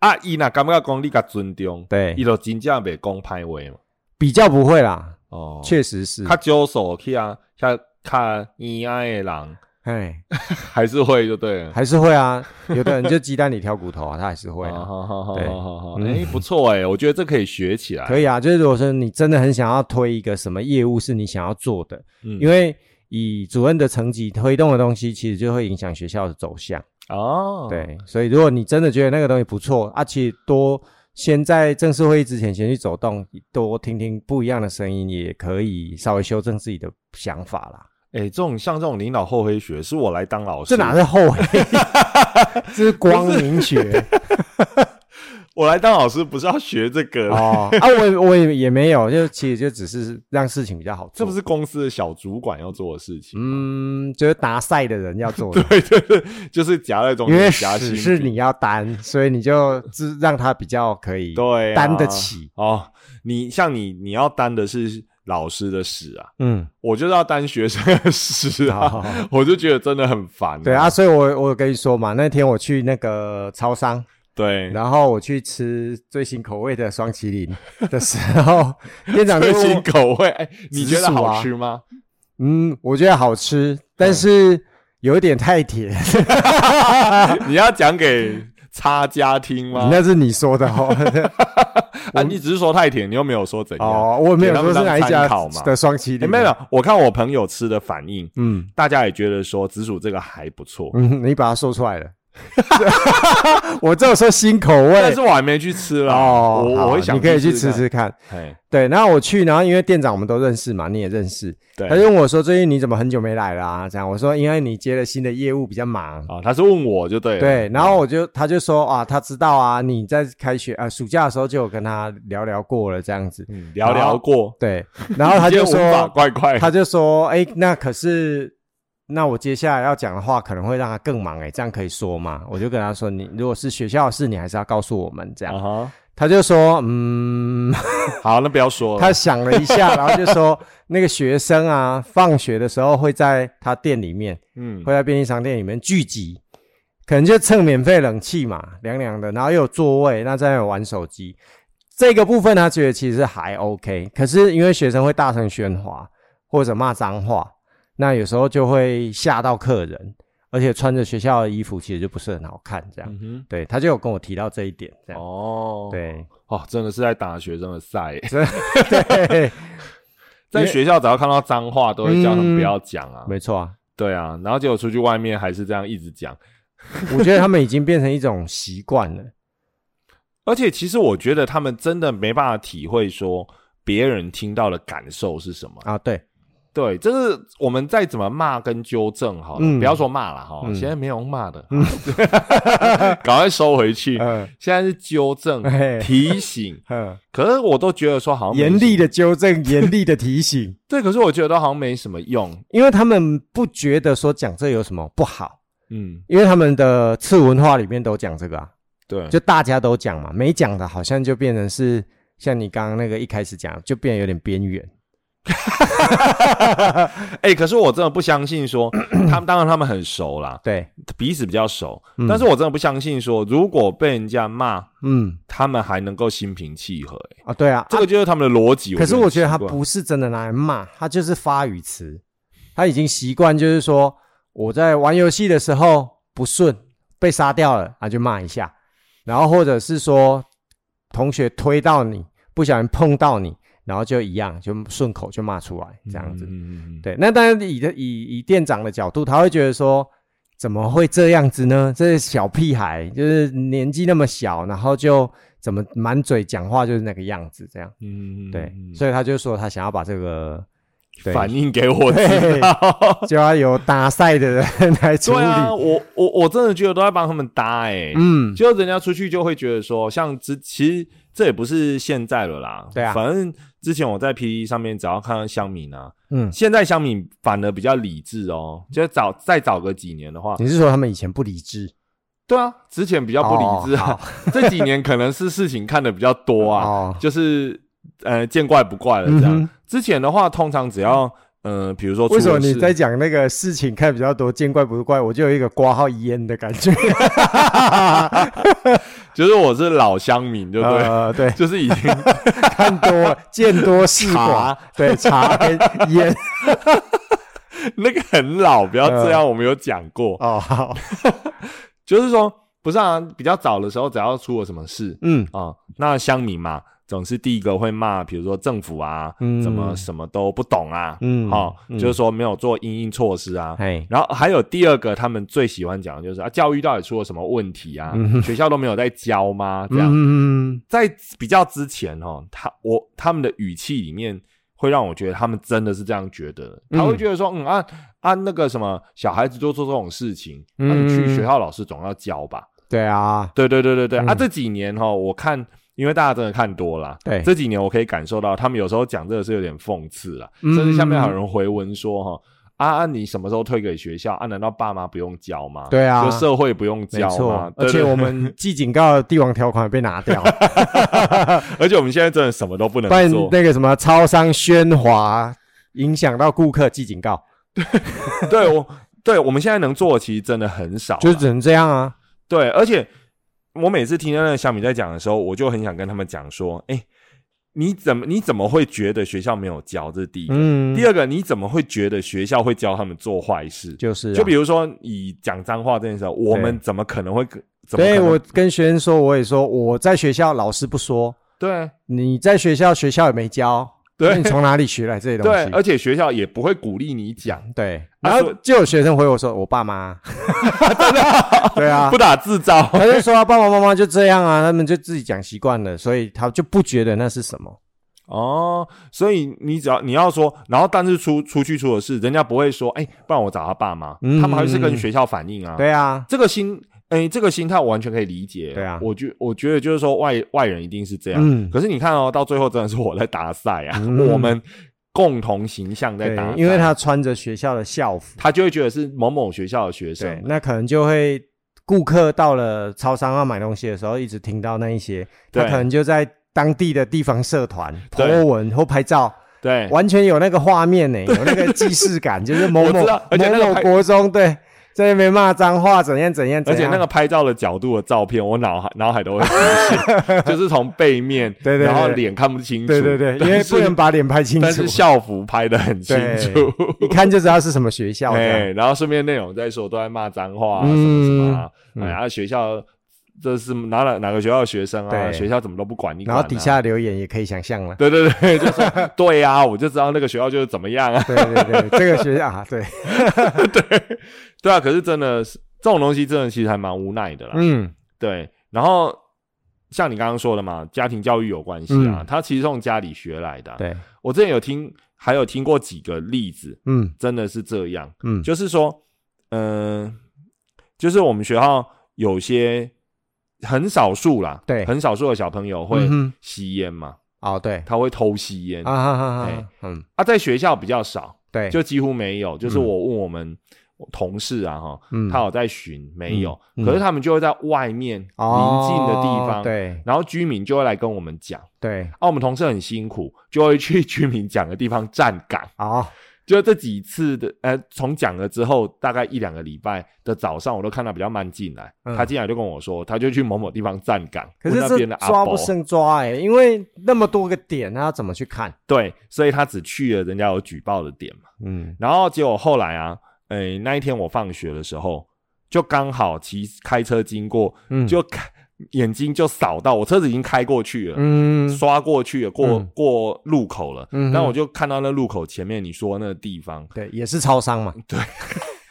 Speaker 1: 啊，伊若感觉讲你甲尊重，
Speaker 2: 对
Speaker 1: 伊，就真正袂讲歹话嘛。
Speaker 2: 比较不会啦，
Speaker 1: 哦，
Speaker 2: 确实是
Speaker 1: 他，揪手去啊，像看你爱的狼
Speaker 2: 哎，
Speaker 1: 还是会就对了。
Speaker 2: 还是会啊，有的人就鸡蛋里挑骨头 啊，他还是会
Speaker 1: 好
Speaker 2: 啊。
Speaker 1: 哦好好好
Speaker 2: 对
Speaker 1: 好好好，
Speaker 2: 嗯
Speaker 1: 哎，不错哎，我觉得这可以学起来。
Speaker 2: 可以啊，就是如果说你真的很想要推一个什么业务是你想要做的，
Speaker 1: 嗯
Speaker 2: 因为以主任的成绩推动的东西，其实就会影响学校的走向。
Speaker 1: 哦，
Speaker 2: 对，所以如果你真的觉得那个东西不错，啊，其实多先在正式会议之前先去走动，多听听不一样的声音，也可以稍微修正自己的想法啦。
Speaker 1: 哎，这种像这种领导后黑学，是我来当老师，
Speaker 2: 这哪是后悔？ 这是光明学
Speaker 1: 我来当老师不是要学这个啦，
Speaker 2: 哦啊！我我也也没有，就其实就只是让事情比较好做。
Speaker 1: 这不是公司的小主管要做的事情。
Speaker 2: 嗯，就是达赛的人要做的，
Speaker 1: 对对对，就是夹在中
Speaker 2: 因
Speaker 1: 间
Speaker 2: 为
Speaker 1: 夹心
Speaker 2: 屎
Speaker 1: 饼，
Speaker 2: 是你要担，所以你就自让他比较可以
Speaker 1: 对啊
Speaker 2: 担得起。
Speaker 1: 哦。你像你，你要担的是老师的屎啊，
Speaker 2: 嗯，
Speaker 1: 我就是要担学生的屎
Speaker 2: 好
Speaker 1: 啊，我就觉得真的很烦、
Speaker 2: 哦对啊，，所以我我有跟你说嘛，那天我去那个超商，
Speaker 1: 对，
Speaker 2: 然后我去吃最新口味的双麒麟的时候， 店长就
Speaker 1: 最
Speaker 2: 问
Speaker 1: 新
Speaker 2: 我
Speaker 1: 口味，哎，你觉
Speaker 2: 紫
Speaker 1: 得
Speaker 2: 薯啊
Speaker 1: 好吃吗？
Speaker 2: 嗯，我觉得好吃，但
Speaker 1: 嗯
Speaker 2: 是有一点太甜。
Speaker 1: 你要讲给差家听吗？
Speaker 2: 那是你说的 哦，
Speaker 1: 哎啊，你只是说太甜，你又没有说怎样。
Speaker 2: 哦，我没有说是哪一
Speaker 1: 给他
Speaker 2: 家
Speaker 1: 们当参考嘛
Speaker 2: 的双麒
Speaker 1: 哎
Speaker 2: 麟，啊
Speaker 1: 没有没，有，我看我朋友吃的反应，
Speaker 2: 嗯
Speaker 1: 大家也觉得说紫薯这个还不错，
Speaker 2: 嗯，你把它说出来了， 我只有说新口
Speaker 1: 但
Speaker 2: 味
Speaker 1: 是我还没去吃啦。
Speaker 2: 哦，
Speaker 1: 我
Speaker 2: 好
Speaker 1: 我会想
Speaker 2: 你可以去
Speaker 1: 试
Speaker 2: 吃吃看。
Speaker 1: 看。哎，
Speaker 2: 对，然后我去，然后因为店长我们都认识嘛，你也认识，
Speaker 1: 对，
Speaker 2: 他就问我说：“最近你怎么很久没来啦、啊这样我说：“因为你接了新的业务，比较忙。
Speaker 1: 啊，他是问我就对了
Speaker 2: 对，然后我就他就说啊，他知道啊，你在开学啊、呃暑假的时候就有跟他聊聊过了这样子。
Speaker 1: 嗯聊聊过，
Speaker 2: 对，然后他就
Speaker 1: 你今天文法
Speaker 2: 说，
Speaker 1: 怪怪，
Speaker 2: 他就说，哎、那可是，那我接下来要讲的话可能会让他更忙、哎，这样可以说吗？我就跟他说，你如果是学校的事，你还是要告诉我们这 样。
Speaker 1: 啊哦哈，
Speaker 2: 他就说，嗯，
Speaker 1: 好，那不要说了
Speaker 2: 他，想了一下，然后就说，那个学生啊，放学的时候会在他店里面，
Speaker 1: 嗯，
Speaker 2: 会在便利商店里面聚集，可能就蹭免费冷气嘛，凉凉的，然后又有座位，那在那里玩手机。这个部分他觉得其实还 OK，可是因为学生会大声喧哗或者骂脏话，那有时候就会吓到客人，而且穿着学校的衣服其实就不是很好看，这样。
Speaker 1: 嗯哼，
Speaker 2: 对，他就有跟我提到这一点，这样。
Speaker 1: 哦，，
Speaker 2: 对
Speaker 1: 哦，真的是在打学生的赛，
Speaker 2: 对，
Speaker 1: 在学校只要看到脏话，都会叫他们不要讲啊，
Speaker 2: 嗯没错啊，
Speaker 1: 对啊，然后结果出去外面还是这样一直讲，
Speaker 2: 我觉得他们已经变成一种习惯了。
Speaker 1: 而且其实我觉得他们真的没办法体会说别人听到的感受是什么。
Speaker 2: 啊，对，
Speaker 1: 对，就是我们再怎么骂跟纠正好了，
Speaker 2: 嗯
Speaker 1: 不要说骂了哈，
Speaker 2: 嗯
Speaker 1: 现在没有用骂的， 赶快收回 去。
Speaker 2: 嗯
Speaker 1: 现在是纠正、
Speaker 2: 嘿
Speaker 1: 提醒，
Speaker 2: 嗯，
Speaker 1: 可是我都觉得说好像没
Speaker 2: 严
Speaker 1: 什
Speaker 2: 厉
Speaker 1: 么
Speaker 2: 的纠正，严厉的提醒。
Speaker 1: 对，可是我觉得都好像没什么用。
Speaker 2: 因为他们不觉得说讲这有什么不好，
Speaker 1: 嗯，
Speaker 2: 因为他们的次文化里面都讲这个啊，
Speaker 1: 对，
Speaker 2: 就大家都讲嘛，没讲的好像就变成是像你刚刚那个一开始讲，就变得有点边缘。
Speaker 1: 哎、可是我真的不相信说他们，当然他们很熟啦，
Speaker 2: 对，
Speaker 1: 彼此比较熟，
Speaker 2: 嗯
Speaker 1: 但是我真的不相信说，如果被人家骂，
Speaker 2: 嗯，
Speaker 1: 他们还能够心平气和、欸。
Speaker 2: 啊，对啊，
Speaker 1: 这个就是他们的逻辑。
Speaker 2: 可是我觉得他
Speaker 1: 很奇怪
Speaker 2: 不是真的拿来骂，他就是发语词，他已经习惯就是说我在玩游戏的时候不顺被杀掉了，啊他就骂一下，然后或者是说同学推到你，不小心碰到你，然后就一样就顺口就骂出来这样子。
Speaker 1: 嗯嗯嗯嗯
Speaker 2: 对，那当然以的以以店长的角度，他会觉得说。怎么会这样子呢？这小屁孩就是年纪那么小，然后就怎么满嘴讲话就是那个样子，这样。
Speaker 1: 嗯，嗯
Speaker 2: 对，
Speaker 1: 嗯
Speaker 2: 所以他就说他想要把这个，对
Speaker 1: 反映给我知 道。
Speaker 2: 就要由搭赛的人来处
Speaker 1: 对啊，
Speaker 2: 理。
Speaker 1: 我我我真的觉得都在帮他们搭哎、欸，
Speaker 2: 嗯，
Speaker 1: 就人家出去就会觉得说，像之其实这也不是现在了啦，
Speaker 2: 对啊
Speaker 1: 反正之前我在 P E 上面只要看到乡民啊，
Speaker 2: 嗯
Speaker 1: 现在乡民反而比较理智哦，就早再早个几年的话，
Speaker 2: 你是说他们以前不理智
Speaker 1: 对啊，之前比较不理智啊， 这几年可能是事情看的比较多啊，
Speaker 2: 哦，
Speaker 1: 就是呃见怪不怪了这样。
Speaker 2: 嗯哼
Speaker 1: 之前的话，通常只要呃，比如说出
Speaker 2: 为什么
Speaker 1: 了
Speaker 2: 你
Speaker 1: 事
Speaker 2: 在讲那个事情看比较多，见怪不怪，我就有一个挂号烟的感觉。
Speaker 1: 就是我是老乡民，对不对？
Speaker 2: 呃，对，
Speaker 1: 就是已经
Speaker 2: 看多 了，见多识广
Speaker 1: 茶，
Speaker 2: 对茶跟 烟
Speaker 1: 那个很老，不要这
Speaker 2: 呃
Speaker 1: 样，我们有讲过，
Speaker 2: 哦，好，
Speaker 1: 就是说不是啊，比较早的时候，只要出了什么事
Speaker 2: 嗯，
Speaker 1: 啊、那乡民嘛，总是第一个会骂，比如说政府啊，
Speaker 2: 嗯
Speaker 1: 怎么什么都不懂啊，
Speaker 2: 嗯
Speaker 1: 哦，
Speaker 2: 嗯
Speaker 1: 就是说没有做因应措施啊。
Speaker 2: 嘿，
Speaker 1: 然后还有第二个，他们最喜欢讲的就是啊，教育到底出了什么问题啊？学校都没有在教吗？这样，
Speaker 2: 嗯，
Speaker 1: 在比较之前哦，他我他们的语气里面会让我觉得他们真的是这样觉得的，
Speaker 2: 嗯
Speaker 1: 他会觉得说，嗯啊啊那个什么小孩子多做这种事情，那、
Speaker 2: 嗯
Speaker 1: 你去学校老师总要教吧？
Speaker 2: 对啊，
Speaker 1: 对对对对对、啊！
Speaker 2: 嗯
Speaker 1: 这几年哈、哦，我看因为大家真的看多了，
Speaker 2: 对
Speaker 1: 这几年我可以感受到他们有时候讲这个是有点讽刺了，
Speaker 2: 嗯
Speaker 1: 甚至下面还有人回文说哈、哦。啊啊！你什么时候推给学校啊？难道爸妈不用教吗？
Speaker 2: 对啊
Speaker 1: 就社会不用
Speaker 2: 没
Speaker 1: 教吗
Speaker 2: 错？，
Speaker 1: 对
Speaker 2: 而且
Speaker 1: 对
Speaker 2: 我们记警告的帝王条款被拿掉，
Speaker 1: 而且我们现在真的什么都不能
Speaker 2: 不然
Speaker 1: 做，
Speaker 2: 那个什么超商喧哗，影响到顾客记警告，
Speaker 1: 对我，对我们现在能做的其实真的很少啦，
Speaker 2: 就只能这样啊，
Speaker 1: 对，而且我每次听到那个小米在讲的时候，我就很想跟他们讲说，哎，你怎么你怎么会觉得学校没有教？这是第一个，
Speaker 2: 嗯，
Speaker 1: 第二个你怎么会觉得学校会教他们做坏事？
Speaker 2: 就是啊
Speaker 1: 就比如说以讲脏话这件事，我们怎么可能会？怎么可
Speaker 2: 对
Speaker 1: 能
Speaker 2: 我跟学生说，我也说我在学校老师不说，
Speaker 1: 对啊
Speaker 2: 你在学校学校也没教，那你
Speaker 1: 对
Speaker 2: 从哪里学来这些东
Speaker 1: 对，
Speaker 2: 西？
Speaker 1: 而且学校也不会鼓励你讲，
Speaker 2: 对，
Speaker 1: 啊
Speaker 2: 然后
Speaker 1: 所以
Speaker 2: 就有学生回我说：“我 爸妈。” 对啊
Speaker 1: 不，打自招。
Speaker 2: 他就说、啊、爸爸妈妈就这样啊，他们就自己讲习惯了，所以他就不觉得那是什么。
Speaker 1: 哦，所以你只要你要说，然后但是出出去出了事，人家不会说，哎、不然我找他爸妈，
Speaker 2: 嗯
Speaker 1: 他们还是跟学校反映啊。，
Speaker 2: 对啊，
Speaker 1: 这个心，哎、这个心态我完全可以理解。
Speaker 2: 对啊
Speaker 1: 我觉我觉得就是说外外人一定是这样，
Speaker 2: 嗯
Speaker 1: 可是你看哦，到最后真的是我在打赛啊，
Speaker 2: 嗯
Speaker 1: 我们共同形象在
Speaker 2: 对
Speaker 1: 打，赛，
Speaker 2: 因为他穿着学校的校服，
Speaker 1: 他就会觉得是某某学校的学
Speaker 2: 对
Speaker 1: 生，，
Speaker 2: 那可能就会顾客到了超商要买东西的时候，一直听到那一些，他
Speaker 1: 对
Speaker 2: 可能就在当地的地方社团 po
Speaker 1: 对
Speaker 2: 文或拍照。
Speaker 1: 对，
Speaker 2: 完全有那个画面呢、有那个既视感，就 是某
Speaker 1: 我
Speaker 2: 某
Speaker 1: 知道而且那个
Speaker 2: 某某
Speaker 1: 拍
Speaker 2: 国中对在那边骂脏话，怎样怎样怎
Speaker 1: 而
Speaker 2: 样，啊
Speaker 1: 且那个拍照的角度的照片，我脑海脑海都会出 现，就是从背面，
Speaker 2: 对对对
Speaker 1: 然后脸看不清楚，
Speaker 2: 对对对，因为
Speaker 1: 但是
Speaker 2: 不能把脸拍清
Speaker 1: 但
Speaker 2: 楚
Speaker 1: 是，校服拍的很清楚，
Speaker 2: 一看就知道是什么学校
Speaker 1: 哎，
Speaker 2: 的。
Speaker 1: 然后顺便内容在说都在骂脏话啊，
Speaker 2: 嗯
Speaker 1: 什么什么啊，
Speaker 2: 嗯
Speaker 1: 哎，然后学校这是哪哪哪个学校的学生啊，
Speaker 2: 对
Speaker 1: 学校怎么都不管你
Speaker 2: 然
Speaker 1: 管啊，
Speaker 2: 后底下留言也可以想象了。
Speaker 1: 对对对， 就说对啊，我就知道那个学校就是怎么样啊，
Speaker 2: 对对对，这个学校啊， 对，
Speaker 1: 对啊，可是真的是这种东西，真的其实还蛮无奈的啦，
Speaker 2: 嗯，
Speaker 1: 对，然后。像你刚刚说的嘛，家庭教育有关系啊，
Speaker 2: 嗯
Speaker 1: 他其实从家里学来的啊、
Speaker 2: 对，
Speaker 1: 我之前有听，还有听过几个例子，
Speaker 2: 嗯
Speaker 1: 真的是这样。
Speaker 2: 嗯，
Speaker 1: 就是说，嗯、就是我们学校有些很少数啦，
Speaker 2: 对
Speaker 1: 很少数的小朋友会
Speaker 2: 嗯哼
Speaker 1: 吸烟嘛，
Speaker 2: 哦对，
Speaker 1: 他会偷吸烟
Speaker 2: 啊
Speaker 1: 啊
Speaker 2: 哈哈
Speaker 1: 哎
Speaker 2: 哈，嗯
Speaker 1: 在学校比较少，
Speaker 2: 对，
Speaker 1: 就几乎没有。就是
Speaker 2: 嗯
Speaker 1: 我问我们同事啊，哈、
Speaker 2: 嗯
Speaker 1: 他有在巡，没有，
Speaker 2: 嗯嗯
Speaker 1: 可是他们就会在外面邻近的地
Speaker 2: 哦
Speaker 1: 方，
Speaker 2: 对
Speaker 1: 然后居民就会来跟我们讲。
Speaker 2: 对，
Speaker 1: 啊，我们同事很辛苦，就会去居民讲的地方站岗。
Speaker 2: 哦
Speaker 1: 就这几次的，呃，从讲了之后，大概一两个礼拜的早上，我都看到比较慢进来。
Speaker 2: 嗯
Speaker 1: 他进来就跟我说，他就去某某地方站岗，
Speaker 2: 可是
Speaker 1: 问那边的
Speaker 2: 这
Speaker 1: 阿
Speaker 2: 抓
Speaker 1: 伯
Speaker 2: 不胜抓哎，因为那么多个点，他要怎么去看？
Speaker 1: 对，所以他只去了人家有举报的点嘛。
Speaker 2: 嗯
Speaker 1: 然后结果后来啊，诶、那一天我放学的时候，就刚好骑开车经过，
Speaker 2: 嗯
Speaker 1: 就看眼睛就扫到我车子已经开过去了，
Speaker 2: 嗯
Speaker 1: 刷过去了，过、
Speaker 2: 嗯
Speaker 1: 过路口了。
Speaker 2: 嗯哼
Speaker 1: 然后我就看到那路口前面你说那个地 方，
Speaker 2: 对，也是超商嘛，对，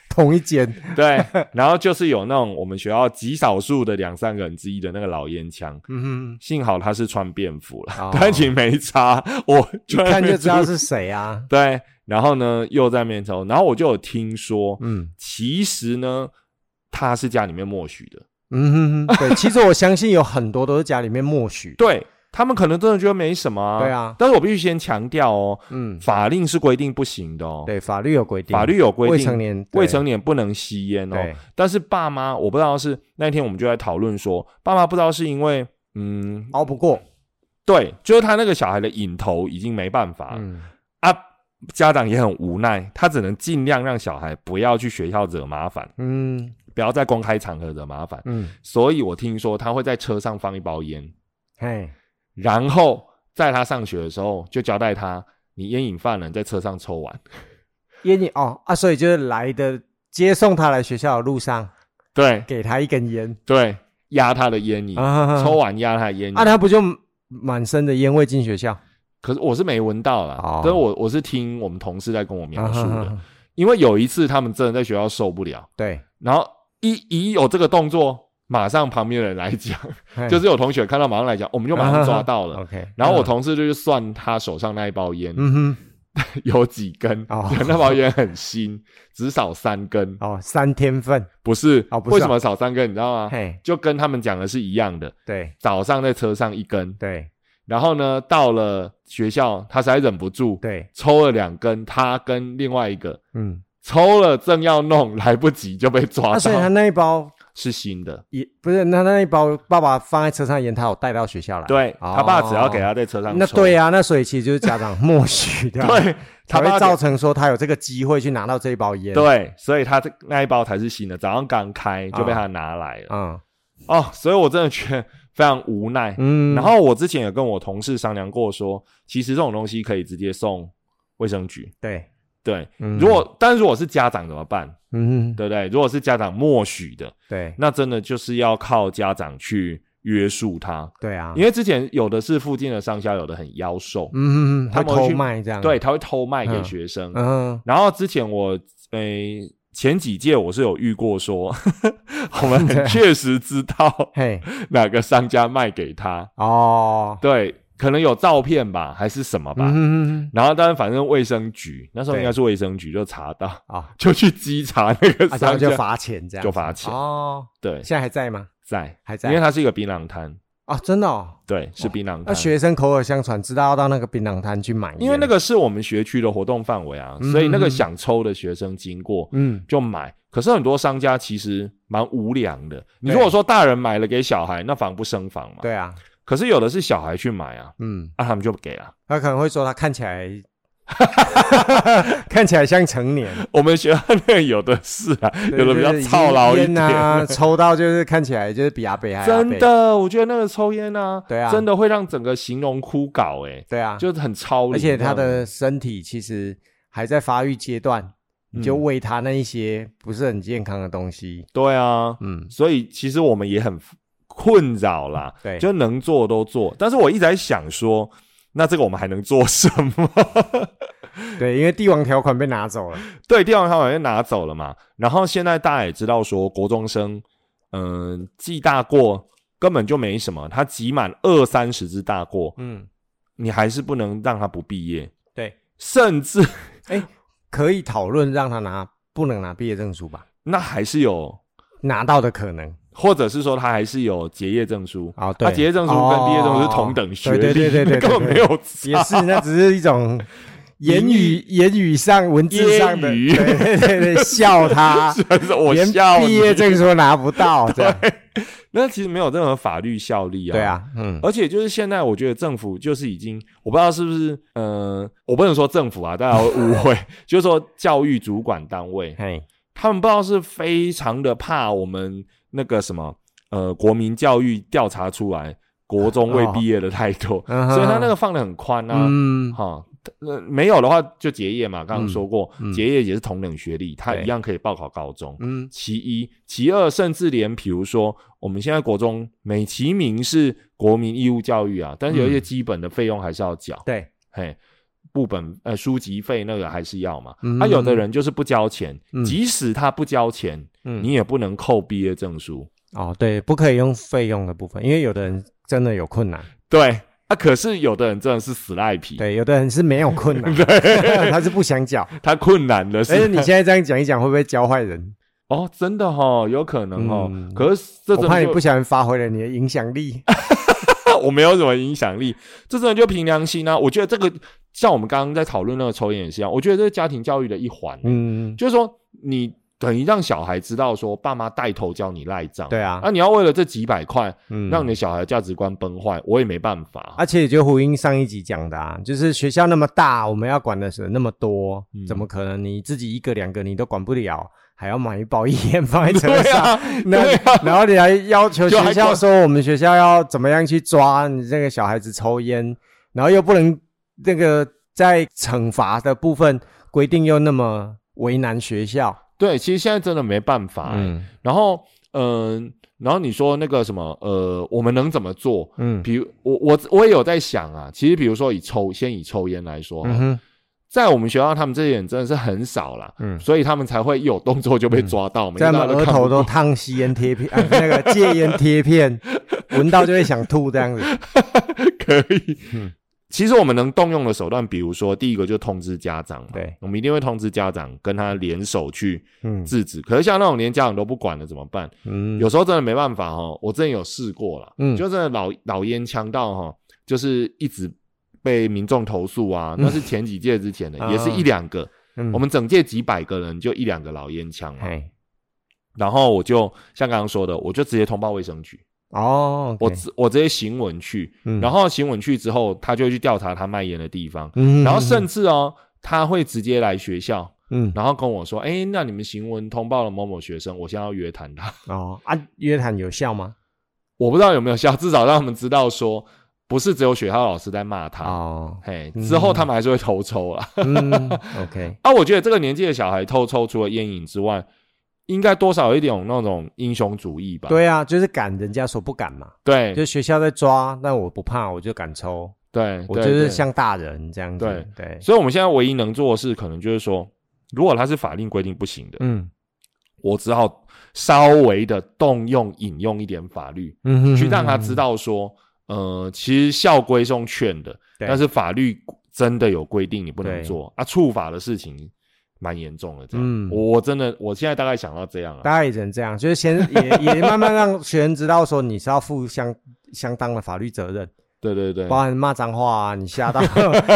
Speaker 2: 同一间，
Speaker 1: 对，然后就是有那种我们学校极少数的两三个人之一的那个老烟枪，
Speaker 2: 嗯
Speaker 1: 幸好他是穿便服了，
Speaker 2: 哦
Speaker 1: 但其实没差，我就在
Speaker 2: 哼，
Speaker 1: 那
Speaker 2: 看
Speaker 1: 边
Speaker 2: 就知道
Speaker 1: 注
Speaker 2: 是谁 啊，
Speaker 1: 对，然后呢又在面抽，然后我就有听说，
Speaker 2: 嗯
Speaker 1: 其实呢他是家里面默许的，
Speaker 2: 嗯哼哼，对，其实我相信有很多都是家里面默许，
Speaker 1: 对他们可能真的觉得没什么啊，
Speaker 2: 对啊
Speaker 1: 但是我必须先强调哦，
Speaker 2: 嗯，
Speaker 1: 法令是规定不行的哦，
Speaker 2: 对，法律有规定，
Speaker 1: 法律有规定，
Speaker 2: 未成年对
Speaker 1: 未成年不能吸烟哦
Speaker 2: 对。
Speaker 1: 但是爸妈，我不知道是那天我们就在讨论说，爸妈不知道是因为，嗯，
Speaker 2: 熬不过，
Speaker 1: 对，就是他那个小孩的瘾头已经没办法、
Speaker 2: 嗯，
Speaker 1: 啊，家长也很无奈，他只能尽量让小孩不要去学校惹麻烦。
Speaker 2: 嗯，
Speaker 1: 不要在公开场合惹麻烦。
Speaker 2: 嗯，
Speaker 1: 所以我听说他会在车上放一包烟，
Speaker 2: 嘿，
Speaker 1: 然后在他上学的时候就交代他，你烟瘾犯了，你在车上抽完。
Speaker 2: 烟你哦啊，所以就是来的接送他来学校的路上，
Speaker 1: 对
Speaker 2: 给他一根烟
Speaker 1: 对，压他的烟瘾，
Speaker 2: 啊，
Speaker 1: 抽完压他的烟瘾。
Speaker 2: 啊，他不就满身的烟味进学校？
Speaker 1: 可是我是没闻到啦，
Speaker 2: 哦
Speaker 1: 但是我我是听我们同事在跟我描述
Speaker 2: 啊
Speaker 1: 的，因为有一次他们真的在学校受不了，
Speaker 2: 对，
Speaker 1: 然后一一有这个动作，马上旁边的人来讲，
Speaker 2: 嘿
Speaker 1: 就是有同学看到马上来讲，我们就马上抓到了。
Speaker 2: OK，
Speaker 1: 然后我同事就去算他手上那一包烟、
Speaker 2: 嗯哼，
Speaker 1: 有几根，
Speaker 2: 哦
Speaker 1: 那包烟很新，只少三根，
Speaker 2: 哦，三天份，
Speaker 1: 不是？
Speaker 2: 哦不是啊
Speaker 1: 为什么少三根？你知道吗？
Speaker 2: 嘿，
Speaker 1: 就跟他们讲的是一样的，
Speaker 2: 对
Speaker 1: 早上在车上一根，
Speaker 2: 对
Speaker 1: 然后呢到了学校，他实在忍不住，
Speaker 2: 对，
Speaker 1: 抽了两根，他跟另外一个
Speaker 2: 嗯，
Speaker 1: 抽了，正要弄，来不及就被抓
Speaker 2: 啊，所以他
Speaker 1: 到，
Speaker 2: 那一包
Speaker 1: 是新的。
Speaker 2: 也不是，那那一包爸爸放在车上的烟，他有带到学校来。，
Speaker 1: 对
Speaker 2: 哦
Speaker 1: 他爸只要给他在车上抽，
Speaker 2: 那对啊呀、那所以其实就是家长默许的，，
Speaker 1: 对，他
Speaker 2: 才会
Speaker 1: 爸
Speaker 2: 造成说他有这个机会去拿到这一包烟。，
Speaker 1: 对，所以他这那一包才是新的，早上刚开就被他拿来了。
Speaker 2: 嗯
Speaker 1: 哦，所以我真的觉得非常无奈。
Speaker 2: 嗯，
Speaker 1: 然后我之前也跟我同事商量过说其实这种东西可以直接送卫生局。
Speaker 2: 对，
Speaker 1: 对，
Speaker 2: 嗯
Speaker 1: 如果但如果是家长怎么办？
Speaker 2: 嗯
Speaker 1: 对不对？如果是家长默许的，
Speaker 2: 对
Speaker 1: 那真的就是要靠家长去约束他。
Speaker 2: 对啊，
Speaker 1: 因为之前有的是附近的商家，有的很妖兽，
Speaker 2: 嗯，
Speaker 1: 他
Speaker 2: 他
Speaker 1: 们会
Speaker 2: 偷
Speaker 1: 去
Speaker 2: 卖这样。
Speaker 1: 对，，他会偷卖给学生。
Speaker 2: 嗯，
Speaker 1: 然后之前我诶、前几届我是有遇过说， 我 们很确实知道
Speaker 2: 嘿，
Speaker 1: 哪个商家卖给他，
Speaker 2: 哦，
Speaker 1: 对，可能有照片吧，还是什么吧。
Speaker 2: 嗯
Speaker 1: 然后，当然，反正卫生局那时候
Speaker 2: 对
Speaker 1: 应该是卫生局就查到，
Speaker 2: 啊，
Speaker 1: 就去稽查那个
Speaker 2: 啊，然后
Speaker 1: 商家，
Speaker 2: 就罚钱这样，
Speaker 1: 就罚钱
Speaker 2: 哦，
Speaker 1: 对，
Speaker 2: 现在还在吗？
Speaker 1: 在，
Speaker 2: 还
Speaker 1: 因为
Speaker 2: 在
Speaker 1: 它是一个槟榔摊，
Speaker 2: 啊，真的哦。
Speaker 1: 对，是槟榔
Speaker 2: 那
Speaker 1: 摊。
Speaker 2: 学生口耳相传，知道要到那个槟榔摊去买烟，
Speaker 1: 因为那个是我们学区的活动范围啊，
Speaker 2: 嗯
Speaker 1: 所以那个想抽的学生经过
Speaker 2: 嗯，
Speaker 1: 就买。可是很多商家其实蛮无良的。你如果说大人买了给小孩，那防不胜防嘛。。
Speaker 2: 对啊，
Speaker 1: 可是有的是小孩去买啊，
Speaker 2: 嗯，
Speaker 1: 啊，他们就不给了。
Speaker 2: 他可能会说他看 起来看起来像成年，
Speaker 1: 我们学校那个有的是啊， 有的比较
Speaker 2: 就是已经
Speaker 1: 操劳一
Speaker 2: 烟啊，
Speaker 1: 点。
Speaker 2: 抽到就是看起来就是比阿北还阿
Speaker 1: 真
Speaker 2: 北，
Speaker 1: 的，我觉得那个抽烟啊，
Speaker 2: 对啊
Speaker 1: 真的会让整个形容枯槁，哎，
Speaker 2: 对啊，
Speaker 1: 就是很超龄。
Speaker 2: 而且他的身体其实还在发育阶段，你
Speaker 1: 嗯
Speaker 2: 就喂他那一些不是很健康的东西，
Speaker 1: 对啊，
Speaker 2: 嗯，
Speaker 1: 所以其实我们也很困扰啦。
Speaker 2: 对，
Speaker 1: 就能做都做。但是我一直在想说，那这个我们还能做什么？
Speaker 2: 对，因为帝王条款被拿走了，
Speaker 1: 对，地方他好像拿走了嘛。然后现在大家也知道说，国中生，嗯、记大过根本就没什么，他集满二三十只大过，
Speaker 2: 嗯，
Speaker 1: 你还是不能让他不毕业，
Speaker 2: 对，
Speaker 1: 甚至
Speaker 2: 哎可以讨论让他拿，不能拿毕业证书吧，
Speaker 1: 那还是有，
Speaker 2: 拿到的可能，
Speaker 1: 或者是说他还是有结业证书。
Speaker 2: 哦，对，
Speaker 1: 他
Speaker 2: 哦
Speaker 1: 啊结业证书跟毕业证书是同等学历，
Speaker 2: 对对对对对，
Speaker 1: 根本
Speaker 2: 对
Speaker 1: 没有差
Speaker 2: 也是，那只是一种言语、言语上、文字上的，
Speaker 1: 揶揄
Speaker 2: 对对对对，笑他，
Speaker 1: 我
Speaker 2: 连
Speaker 1: 笑
Speaker 2: 毕
Speaker 1: 你啊
Speaker 2: 业证书拿不到，这样
Speaker 1: 那其实没有任何法律效力啊。
Speaker 2: 对，啊，嗯，
Speaker 1: 而且就是现在，我觉得政府就是已经，我不知道是不是，呃，我不能说政府啊，大家会误 会，就是说教育主管单位，
Speaker 2: 嘿，
Speaker 1: 他们不知道是非常的怕我们那个什么，呃，国民教育调查出来国中未毕业的太多，
Speaker 2: 嗯哼
Speaker 1: 所以他那个放的很宽啊，
Speaker 2: 嗯，
Speaker 1: 哈、那、没有的话就结业嘛，刚刚说过，
Speaker 2: 嗯嗯
Speaker 1: 结业也是同等学历，他
Speaker 2: 对
Speaker 1: 一样可以报考高中。
Speaker 2: 嗯，
Speaker 1: 其一，其二，甚至连比如说我们现在国中美其名是国民义务教育啊，但是有一些
Speaker 2: 嗯
Speaker 1: 基本的费用还是要缴，
Speaker 2: 对，
Speaker 1: 嘿，部本呃书籍费那个还是要嘛。
Speaker 2: 嗯
Speaker 1: 啊，有的人就是不交钱，
Speaker 2: 嗯
Speaker 1: 即使他不交钱，
Speaker 2: 嗯
Speaker 1: 你也不能扣毕业证书。
Speaker 2: 哦，对，不可以用费用的部分，因为有的人真的有困难，
Speaker 1: 对啊，可是有的人真的是死赖皮，
Speaker 2: 对，有的人是没有困难， 他是不想缴。
Speaker 1: 他困难的
Speaker 2: 而且
Speaker 1: 是
Speaker 2: 哎你现在这样讲一讲，会不会教坏人？
Speaker 1: 哦，真的哦，有可能哦。
Speaker 2: 嗯
Speaker 1: 可是这
Speaker 2: 我
Speaker 1: 真
Speaker 2: 怕
Speaker 1: 的
Speaker 2: 你
Speaker 1: 就
Speaker 2: 不小心发挥了你的影响 力。
Speaker 1: 我没有什么影响力，这真的就凭良心啊！我觉得这个像我们刚刚在讨论那个抽烟也是一样，我觉得这是家庭教育的一环，
Speaker 2: 嗯，
Speaker 1: 就是说你等于让小孩知道说，爸妈带头教你赖账。
Speaker 2: 对啊
Speaker 1: 啊，你要为了这几百块，
Speaker 2: 嗯， 哎
Speaker 1: 让你的小孩的价值观崩坏，我也没办法。
Speaker 2: 而且也就呼应上一集讲的啊，就是学校那么大，我们要管的人那么多，
Speaker 1: 嗯
Speaker 2: 怎么可能你自己一个两个你都管不了，还要买一包 烟放在车
Speaker 1: 对
Speaker 2: 上？
Speaker 1: 啊，
Speaker 2: 那
Speaker 1: 对啊，
Speaker 2: 然后你还要求
Speaker 1: 就还
Speaker 2: 学校
Speaker 1: 管
Speaker 2: 说我们学校要怎么样去抓你这个小孩子抽烟，然后又不能那个在惩罚的部分规定又那么为难学校。
Speaker 1: 对，其实现在真的没办法、欸
Speaker 2: 嗯
Speaker 1: 然后，嗯、然后你说那个什么，呃，我们能怎么做？
Speaker 2: 嗯
Speaker 1: 比如我我我也有在想啊，其实比如说以抽先以抽烟来说，
Speaker 2: 嗯哼
Speaker 1: 在我们学校他们这些人真的是很少啦，
Speaker 2: 嗯，
Speaker 1: 所以他们才会一有动作就被抓到，每
Speaker 2: 在
Speaker 1: 个
Speaker 2: 我
Speaker 1: 大
Speaker 2: 们
Speaker 1: 家
Speaker 2: 额
Speaker 1: 看
Speaker 2: 头
Speaker 1: 不
Speaker 2: 都
Speaker 1: 过
Speaker 2: 烫吸烟贴片， 啊那个戒烟 贴片，闻到就会想吐这样子。
Speaker 1: 可以
Speaker 2: 嗯。
Speaker 1: 其实我们能动用的手段，比如说第一个就通知家长嘛，
Speaker 2: 对，
Speaker 1: 我们一定会通知家长，跟他联手去
Speaker 2: 嗯
Speaker 1: 制止。可是像那种连家长都不管的怎么办？
Speaker 2: 嗯，
Speaker 1: 有时候真的没办法哦，我之前有试过了，
Speaker 2: 嗯
Speaker 1: 就真的老老烟枪到哈，就是一直被民众投诉啊，那是前几届之前的，
Speaker 2: 嗯 啊
Speaker 1: 也是一两个，
Speaker 2: 嗯哎
Speaker 1: 我们整届几百个人就一两个老烟枪嘛，
Speaker 2: 嘿
Speaker 1: 然后我就像刚刚说的，我就直接通报卫生局，
Speaker 2: 哦，
Speaker 1: 我直我直接行文去，
Speaker 2: 嗯
Speaker 1: 然后行文去之后，他就会去调查他卖烟的地方，
Speaker 2: 嗯
Speaker 1: 然后甚至哦，他会直接来学校。
Speaker 2: 嗯
Speaker 1: 然后跟我说：“哎，那你们行文通报了某某学生，我现在要约谈他。”
Speaker 2: 哦啊，约谈有效吗？
Speaker 1: 我不知道有没有效，至少让他们知道说，不是只有学校老师在骂他，
Speaker 2: 哦，
Speaker 1: 嘿，
Speaker 2: 嗯
Speaker 1: 之后他们还是会偷抽啊。
Speaker 2: 嗯，OK，
Speaker 1: 啊，我觉得这个年纪的小孩偷抽，除了烟瘾之外，应该多少有一点那种英雄主义吧？
Speaker 2: 对啊，就是赶人家所不敢嘛，
Speaker 1: 对
Speaker 2: 就
Speaker 1: 对
Speaker 2: 学校在抓，那我不怕，我就敢抽，
Speaker 1: 对，
Speaker 2: 我就是
Speaker 1: 对。
Speaker 2: 像大人这样子，
Speaker 1: 对
Speaker 2: 对，
Speaker 1: 所以我们现在唯一能做的事，可能就是说，如果他是法令规定不行的，
Speaker 2: 嗯
Speaker 1: 我只好稍微的动用引用一点法律，
Speaker 2: 嗯哼，
Speaker 1: 去让他知道说，呃，其实校规是用劝的，
Speaker 2: 对
Speaker 1: 但是法律真的有规定你不能
Speaker 2: 对
Speaker 1: 做啊，触法的事情蛮严重的。这样，
Speaker 2: 嗯
Speaker 1: 我我真的我现在大概想到这样啊了、
Speaker 2: 大概也只能这样，就是先也也慢慢让学生知道说你是要负相相当的法律责任，
Speaker 1: 对对对，
Speaker 2: 包含骂脏话啊，你吓到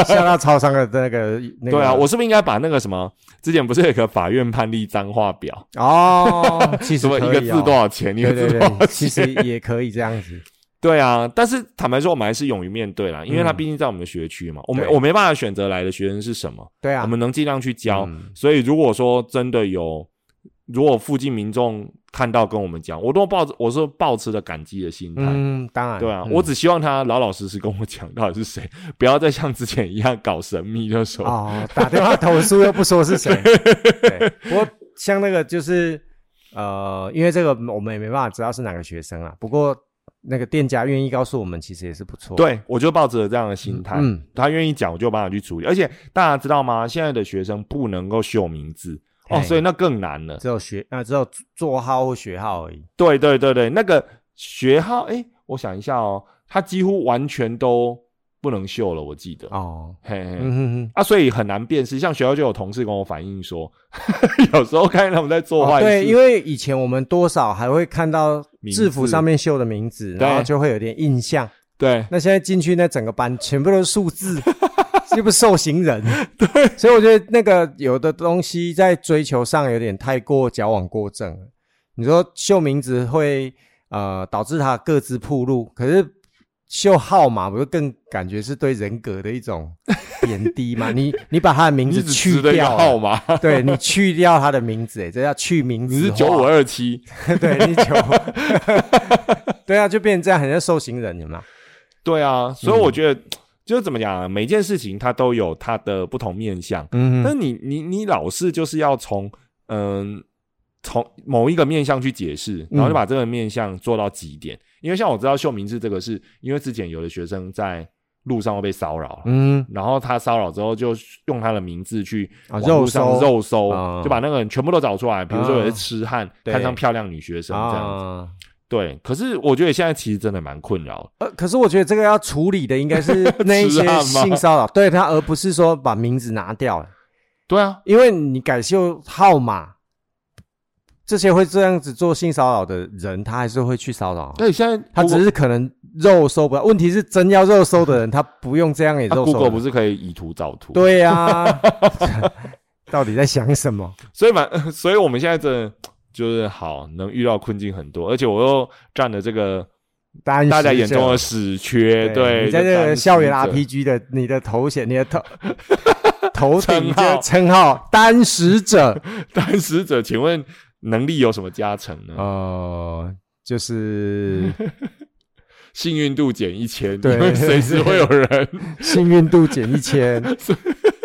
Speaker 2: 吓到超商的那个那个，
Speaker 1: 对啊，我是不是应该把那个什么，之前不是有个法院判例脏话表，
Speaker 2: 哦，其
Speaker 1: 什
Speaker 2: 实
Speaker 1: 么
Speaker 2: 可
Speaker 1: 一
Speaker 2: 以哦
Speaker 1: 个字多少钱，一个
Speaker 2: 对对
Speaker 1: 字多少钱？
Speaker 2: 对，其实也可以这样子，
Speaker 1: 对啊，但是坦白说，我们还是勇于面对啦，因为他
Speaker 2: 嗯
Speaker 1: 毕竟在我们的学区嘛，我没
Speaker 2: 对
Speaker 1: 我没办法选择来的学生是什么，
Speaker 2: 对啊，
Speaker 1: 我们能尽量去教。
Speaker 2: 嗯
Speaker 1: 所以如果说真的有，如果附近民众看到跟我们讲，我都抱着我是抱持着感激的心态。
Speaker 2: 嗯，当然，
Speaker 1: 对啊，
Speaker 2: 嗯
Speaker 1: 我只希望他老老实实跟我讲到底是谁， 不要再像之前一样搞神秘，就说、
Speaker 2: 哦，打电话投诉又不说是 谁。对，不过像那个就是呃，因为这个我们也没办法知道是哪个学生啊。不过那个店家愿意告诉我们，其实也是不错。，
Speaker 1: 对我就抱着这样的心态。
Speaker 2: 嗯
Speaker 1: 他愿意讲，我就帮他去处理。而且大家知道吗？现在的学生不能够秀名字哦，
Speaker 2: 嘿
Speaker 1: 所以那更难了。
Speaker 2: 只有学啊、只有座号或学号而已。
Speaker 1: 对对对对，那个学号，哎，我想一下哦，他几乎完全都不能秀了，我记得。
Speaker 2: 哦，
Speaker 1: 嘿嘿，
Speaker 2: 嗯哼哼。
Speaker 1: 啊，所以很难辨识。像学校就有同事跟我反映说， 有时候看见他们在做
Speaker 2: 哦
Speaker 1: 坏事，
Speaker 2: 对，因为以前我们多少还会看到
Speaker 1: 名字
Speaker 2: 制服上面绣的名字，
Speaker 1: 对
Speaker 2: 然后就会有点印象。
Speaker 1: 对
Speaker 2: 那现在进去那整个班全部都是数 字，是不是受刑人？对，所以我觉得那个有的东西在追求上有点太过矫枉过正了。你说秀名字会呃导致他各自铺路，可是秀号码不是更感觉是对人格的一种贬 低吗？你你把他的名
Speaker 1: 你
Speaker 2: 字
Speaker 1: 只
Speaker 2: 去
Speaker 1: 值得一个
Speaker 2: 掉啊
Speaker 1: 号
Speaker 2: 了，
Speaker 1: 码，
Speaker 2: 对你去掉他的名字，哎，这叫去名字。
Speaker 1: 你是九五，二七，
Speaker 2: 对你九， 对啊，就变成这样，很像受刑人，有吗？
Speaker 1: 对啊，所以
Speaker 2: 嗯
Speaker 1: 我觉得、就是怎么讲啊，每件事情它都有它的不同面向，
Speaker 2: 嗯
Speaker 1: 但你你你老是就是要从嗯。从某一个面向去解释，然后就
Speaker 2: 嗯
Speaker 1: 把这个面向做到极点。因为像我知道秀明志这个是，因为之前有的学生在路上会被骚扰，
Speaker 2: 嗯。
Speaker 1: 然后他骚扰之后，就用他的名字去
Speaker 2: 啊
Speaker 1: 网络上
Speaker 2: 肉搜
Speaker 1: 肉搜，
Speaker 2: 啊
Speaker 1: 就把那个人全部都找出来。比如说有些痴汉、
Speaker 2: 对
Speaker 1: 看上漂亮女学生这样子，
Speaker 2: 啊
Speaker 1: 对。可是我觉得现在其实真的蛮困扰的，
Speaker 2: 呃，可是我觉得这个要处理的应 该是那一些
Speaker 1: 痴汉吗
Speaker 2: 性骚扰，对他，而不是说把名字拿掉，
Speaker 1: 对啊，
Speaker 2: 因为你改秀号码，这些会这样子做性骚扰的人，他还是会去骚扰，
Speaker 1: 对，现在
Speaker 2: 他
Speaker 1: Google-
Speaker 2: 只是可能肉搜不到，问题是真要肉搜的人，他不用这样也
Speaker 1: 啊
Speaker 2: 肉搜
Speaker 1: Google
Speaker 2: 得
Speaker 1: 不
Speaker 2: 到，
Speaker 1: 是可以以图找图，
Speaker 2: 对呀、啊， 到底在想什么？
Speaker 1: 所以反， 所以我们现在真的就是好能遇到困境很多，而且我又占了这个
Speaker 2: 大
Speaker 1: 大家眼中的死缺，哎对，
Speaker 2: 你在这个校园
Speaker 1: 当局者
Speaker 2: RPG 的你的头衔，你的头头
Speaker 1: 称
Speaker 2: 顶
Speaker 1: 号
Speaker 2: 这称号“单食者
Speaker 1: 当使者，请问能力有什么加成”，呢？
Speaker 2: 呃， 就是
Speaker 1: 幸运度减一千，
Speaker 2: 对
Speaker 1: 因为随时会有人
Speaker 2: 幸运度减一千，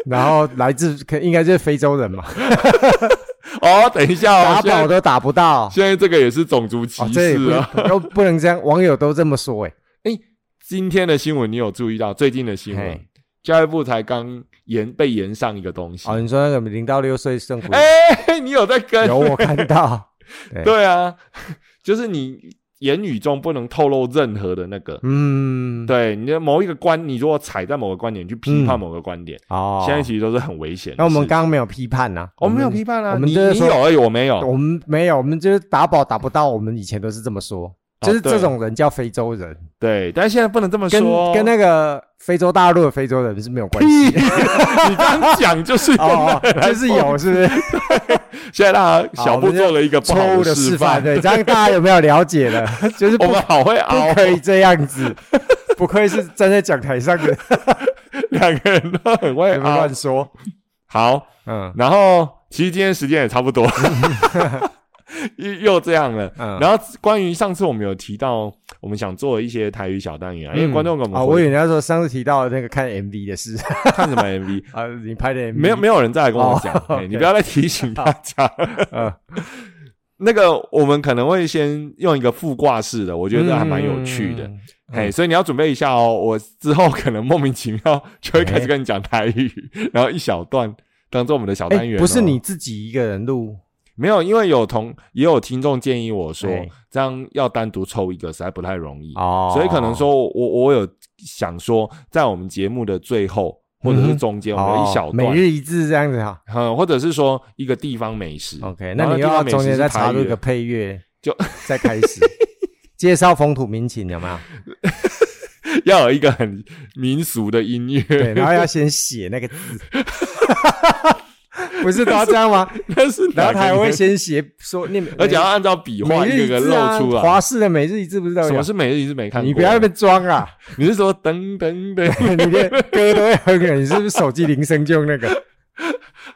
Speaker 2: 然后来自可应该就是非洲人嘛，
Speaker 1: 哦。等一下哦，
Speaker 2: 打
Speaker 1: 现在
Speaker 2: 宝都打 不到。
Speaker 1: 现在这个也是种族歧
Speaker 2: 哦，这也
Speaker 1: 视
Speaker 2: 不
Speaker 1: 啊！
Speaker 2: 都不能这样，网友都这么说哎、
Speaker 1: 今天的新闻你有注意到？最近的新闻
Speaker 2: 嘿，
Speaker 1: 教育部才刚延被延上一个东西。
Speaker 2: 哦，你说那个零到六岁政府、
Speaker 1: 哎，你有在跟？
Speaker 2: 有我看到，对
Speaker 1: 对啊， 就是你言语中不能透露任何的那个。
Speaker 2: 嗯，，
Speaker 1: 对你的某一个观，你如果踩在某个观点去批判
Speaker 2: 嗯
Speaker 1: 某个观点，
Speaker 2: 哦，
Speaker 1: 现在其实都是很危险的事。
Speaker 2: 那我们刚刚没有批判呐、
Speaker 1: 我们没有批判啊，
Speaker 2: 我们
Speaker 1: 你
Speaker 2: 就是
Speaker 1: 你
Speaker 2: 说
Speaker 1: 有而已，我没有。
Speaker 2: 我们没有，我们就是打宝打不到，我们以前都是这么说，就是
Speaker 1: 哦对
Speaker 2: 这种人叫非洲人，
Speaker 1: 对，但是现在不能这么
Speaker 2: 跟
Speaker 1: 说。
Speaker 2: 跟那个非洲大陆的非洲人是没有关系。
Speaker 1: 屁！ 你刚讲就是用那
Speaker 2: 哦
Speaker 1: 个，来
Speaker 2: 就是有是不是
Speaker 1: 现在让他小布做了一个 不
Speaker 2: 错
Speaker 1: 好
Speaker 2: 误的示
Speaker 1: 示
Speaker 2: 范？，对，这样大家有没有了解 了？就是
Speaker 1: 我
Speaker 2: 不
Speaker 1: 们好会
Speaker 2: 不
Speaker 1: 熬，
Speaker 2: 可以这样子，不愧是站在讲台上 的，
Speaker 1: 两个人都很会
Speaker 2: 别
Speaker 1: 熬
Speaker 2: 乱。说。
Speaker 1: 好，
Speaker 2: 嗯
Speaker 1: 然后其实今天时间也差不多， 又又这样了。
Speaker 2: 嗯，
Speaker 1: 然后关于上次我们有提到，我们想做一些台语小单元啊，因为观众给我
Speaker 2: 啊，
Speaker 1: 们
Speaker 2: 我
Speaker 1: 回
Speaker 2: 以为你要说上次提到的那个看 MV 的事
Speaker 1: 看什么 MV，
Speaker 2: 啊，你拍的 MV
Speaker 1: 没有没有人再来跟我讲，
Speaker 2: 哦
Speaker 1: 哎你不要再提醒大 家。
Speaker 2: 嗯
Speaker 1: 那个我们可能会先用一个副挂式的，我觉得还蛮有趣的。
Speaker 2: 嗯
Speaker 1: 哎、所以你要准备一下哦。我之后可能莫名其妙就会开始跟你讲台 语，然后一小段当做我们的小单元、哦
Speaker 2: 哎，不是你，自己一个人录，
Speaker 1: 没有，因为有同也有听众建议我说
Speaker 2: 哎，
Speaker 1: 这样要单独抽一个实在不太容易，
Speaker 2: 哦
Speaker 1: 所以可能说我我有想说，在我们节目的最后或者是中间，我们有一小
Speaker 2: 嗯哦每
Speaker 1: 段。
Speaker 2: 日一字这样子哈。
Speaker 1: 嗯，或者是说一个地方美食
Speaker 2: OK，
Speaker 1: 然
Speaker 2: 那
Speaker 1: 后地
Speaker 2: 你又
Speaker 1: 方
Speaker 2: 要
Speaker 1: 美食
Speaker 2: 中间
Speaker 1: 是
Speaker 2: 再
Speaker 1: 台
Speaker 2: 插入
Speaker 1: 语
Speaker 2: 一个配乐，
Speaker 1: 就
Speaker 2: 再开始介绍风土民情，有没有？
Speaker 1: 要有一个很民俗的音乐，
Speaker 2: 对，然后要先写那个字，不是都要这 样吗？
Speaker 1: 但是
Speaker 2: 然后他
Speaker 1: 哪
Speaker 2: 还
Speaker 1: 个
Speaker 2: 会
Speaker 1: 人，
Speaker 2: 先写说念，
Speaker 1: 而且要按照笔画
Speaker 2: 每
Speaker 1: 一
Speaker 2: 日
Speaker 1: 个
Speaker 2: 一
Speaker 1: 个
Speaker 2: 字
Speaker 1: 露
Speaker 2: 啊
Speaker 1: 出，来
Speaker 2: 华。视的每日一字不是都有？
Speaker 1: 什么是每日一日没看过？
Speaker 2: 你不要在那边装啊！
Speaker 1: 你是说噔噔噔？
Speaker 2: 你连歌都会哼了，你是不是手机铃声就用那个？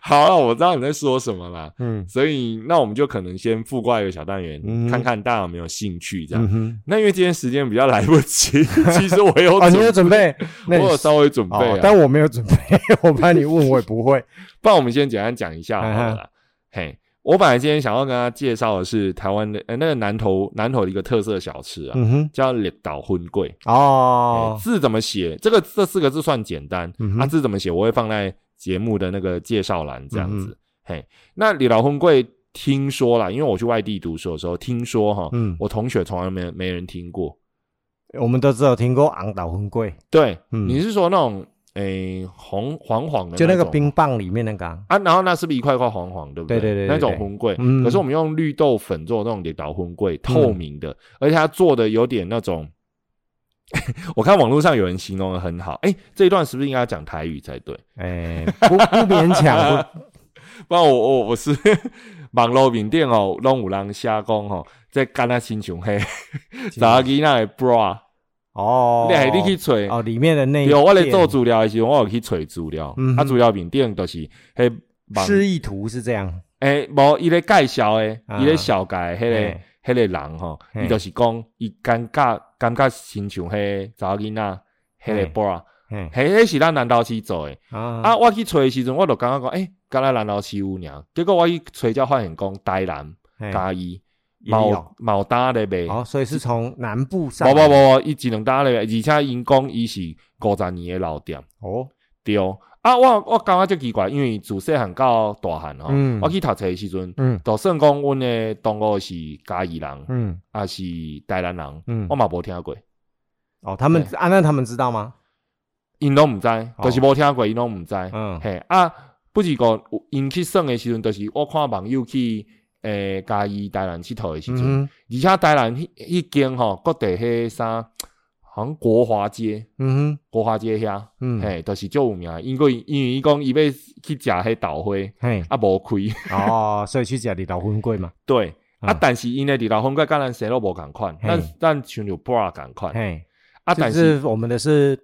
Speaker 1: 好了，我知道你在说什么啦。
Speaker 2: 嗯
Speaker 1: 所以那我们就可能先覆盖一个小单元，
Speaker 2: 嗯
Speaker 1: 看看大家有没有兴趣这样。
Speaker 2: 嗯哼，
Speaker 1: 那因为今天时间比较来不 及，其实我有
Speaker 2: 哦，你
Speaker 1: 准
Speaker 2: 有准备？那你
Speaker 1: 我有稍微准备、
Speaker 2: 哦
Speaker 1: 啊，，
Speaker 2: 但我没有准备， 我怕你问我也不会。
Speaker 1: 不然我们先简单讲一
Speaker 2: 嗯
Speaker 1: 下好了啦。嘿，我本来今天想要跟大家介绍的是台湾的呃那个南投南投的一个特色小吃啊，
Speaker 2: 嗯哼，
Speaker 1: 叫绿岛荤桂。
Speaker 2: 哦
Speaker 1: 哎，字怎么写？这个这四个字算简单，
Speaker 2: 嗯哼
Speaker 1: 啊，字怎么写？我会放在节目的那个介绍栏这样子。
Speaker 2: 嗯哼
Speaker 1: 嘿，那李老婚贵听说啦，因为我去外地读书的时候，听说哈，
Speaker 2: 嗯，
Speaker 1: 我同学从来没人没人听过。
Speaker 2: 我们都只有听过昂岛魂贵，
Speaker 1: 对，
Speaker 2: 嗯
Speaker 1: 你是说那种诶、红黄黄的，
Speaker 2: 就那个冰棒里面那个啊。
Speaker 1: 啊，然后那是不是一块块黄黄，对不
Speaker 2: 对
Speaker 1: 对
Speaker 2: 对对对
Speaker 1: 那种荤桂。
Speaker 2: 嗯
Speaker 1: 可是我们用绿豆粉做那种领导荤桂，透明
Speaker 2: 嗯
Speaker 1: 的，而且它做的有点那种。 我看网络上有人形容的很好，哎、这一段是不是应该要讲台语才对？
Speaker 2: 哎，不不勉强，不
Speaker 1: 不然我我我是 网络面顶哦，拢有人写讲哦，这干那亲像嘿，查囡仔的 bra，、
Speaker 2: 哦，
Speaker 1: 你还你去找。
Speaker 2: 哦，里面的那一
Speaker 1: 有我咧做
Speaker 2: 片
Speaker 1: 资料的时候，我有去找资料，
Speaker 2: 嗯哼
Speaker 1: 啊，资料面顶就是嘿网
Speaker 2: 示意图是这样，
Speaker 1: 诶，无伊咧介绍诶，
Speaker 2: 啊
Speaker 1: 伊咧小解迄
Speaker 2: 嘿
Speaker 1: 个迄个人吼，
Speaker 2: 嘿
Speaker 1: 伊就是讲伊感觉感觉亲像迄查某囡仔。迄个
Speaker 2: 嘿
Speaker 1: bra，
Speaker 2: 嗯
Speaker 1: 迄迄是咱南投市做诶。
Speaker 2: 啊
Speaker 1: 啊，我去找诶时阵，我就感觉讲，诶，敢若南投市有尔。结果我去找才发现讲，台南、
Speaker 2: 嘿
Speaker 1: 嘉义、
Speaker 2: 也
Speaker 1: 啊毛
Speaker 2: 有
Speaker 1: 毛搭咧卖。
Speaker 2: 哦，所以是从南部上
Speaker 1: 无
Speaker 2: 来，
Speaker 1: 无无，无伊只能搭咧卖，而且因讲伊是五十年诶老店。
Speaker 2: 哦，
Speaker 1: 对，啊，我我感觉足奇怪，因为自细汉到大汉吼
Speaker 2: 嗯，
Speaker 1: 我去读册诶时阵，
Speaker 2: 嗯
Speaker 1: 就算讲阮诶同学是嘉义人，
Speaker 2: 嗯
Speaker 1: 啊是台南人，
Speaker 2: 嗯
Speaker 1: 我，嘛无听过，
Speaker 2: 哦，他们
Speaker 1: 对
Speaker 2: 啊，那他们知道吗？
Speaker 1: 因拢毋知，就是无听过，因拢毋知。
Speaker 2: 哦嗯
Speaker 1: 嘿啊，不是讲有因去耍诶时阵，就是我看网友去呃诶嘉义台南佚佗诶时阵，
Speaker 2: 嗯
Speaker 1: 而且台南迄迄间吼，各地迄啥好像国华街，
Speaker 2: 嗯哼，
Speaker 1: 国华街遐，
Speaker 2: 嗯，
Speaker 1: 嘿，都、就是就有名，因为因为伊讲伊要去食迄豆花，
Speaker 2: 嘿，
Speaker 1: 啊无开，
Speaker 2: 哦，所以去食里头婚贵嘛，
Speaker 1: 对，啊，
Speaker 2: 嗯
Speaker 1: 但是因诶伫老风格甲咱谁都无共款，
Speaker 2: 嘿
Speaker 1: 咱咱像有 bra 共款，
Speaker 2: 嘿，
Speaker 1: 啊，
Speaker 2: 就
Speaker 1: 但是
Speaker 2: 是我们的是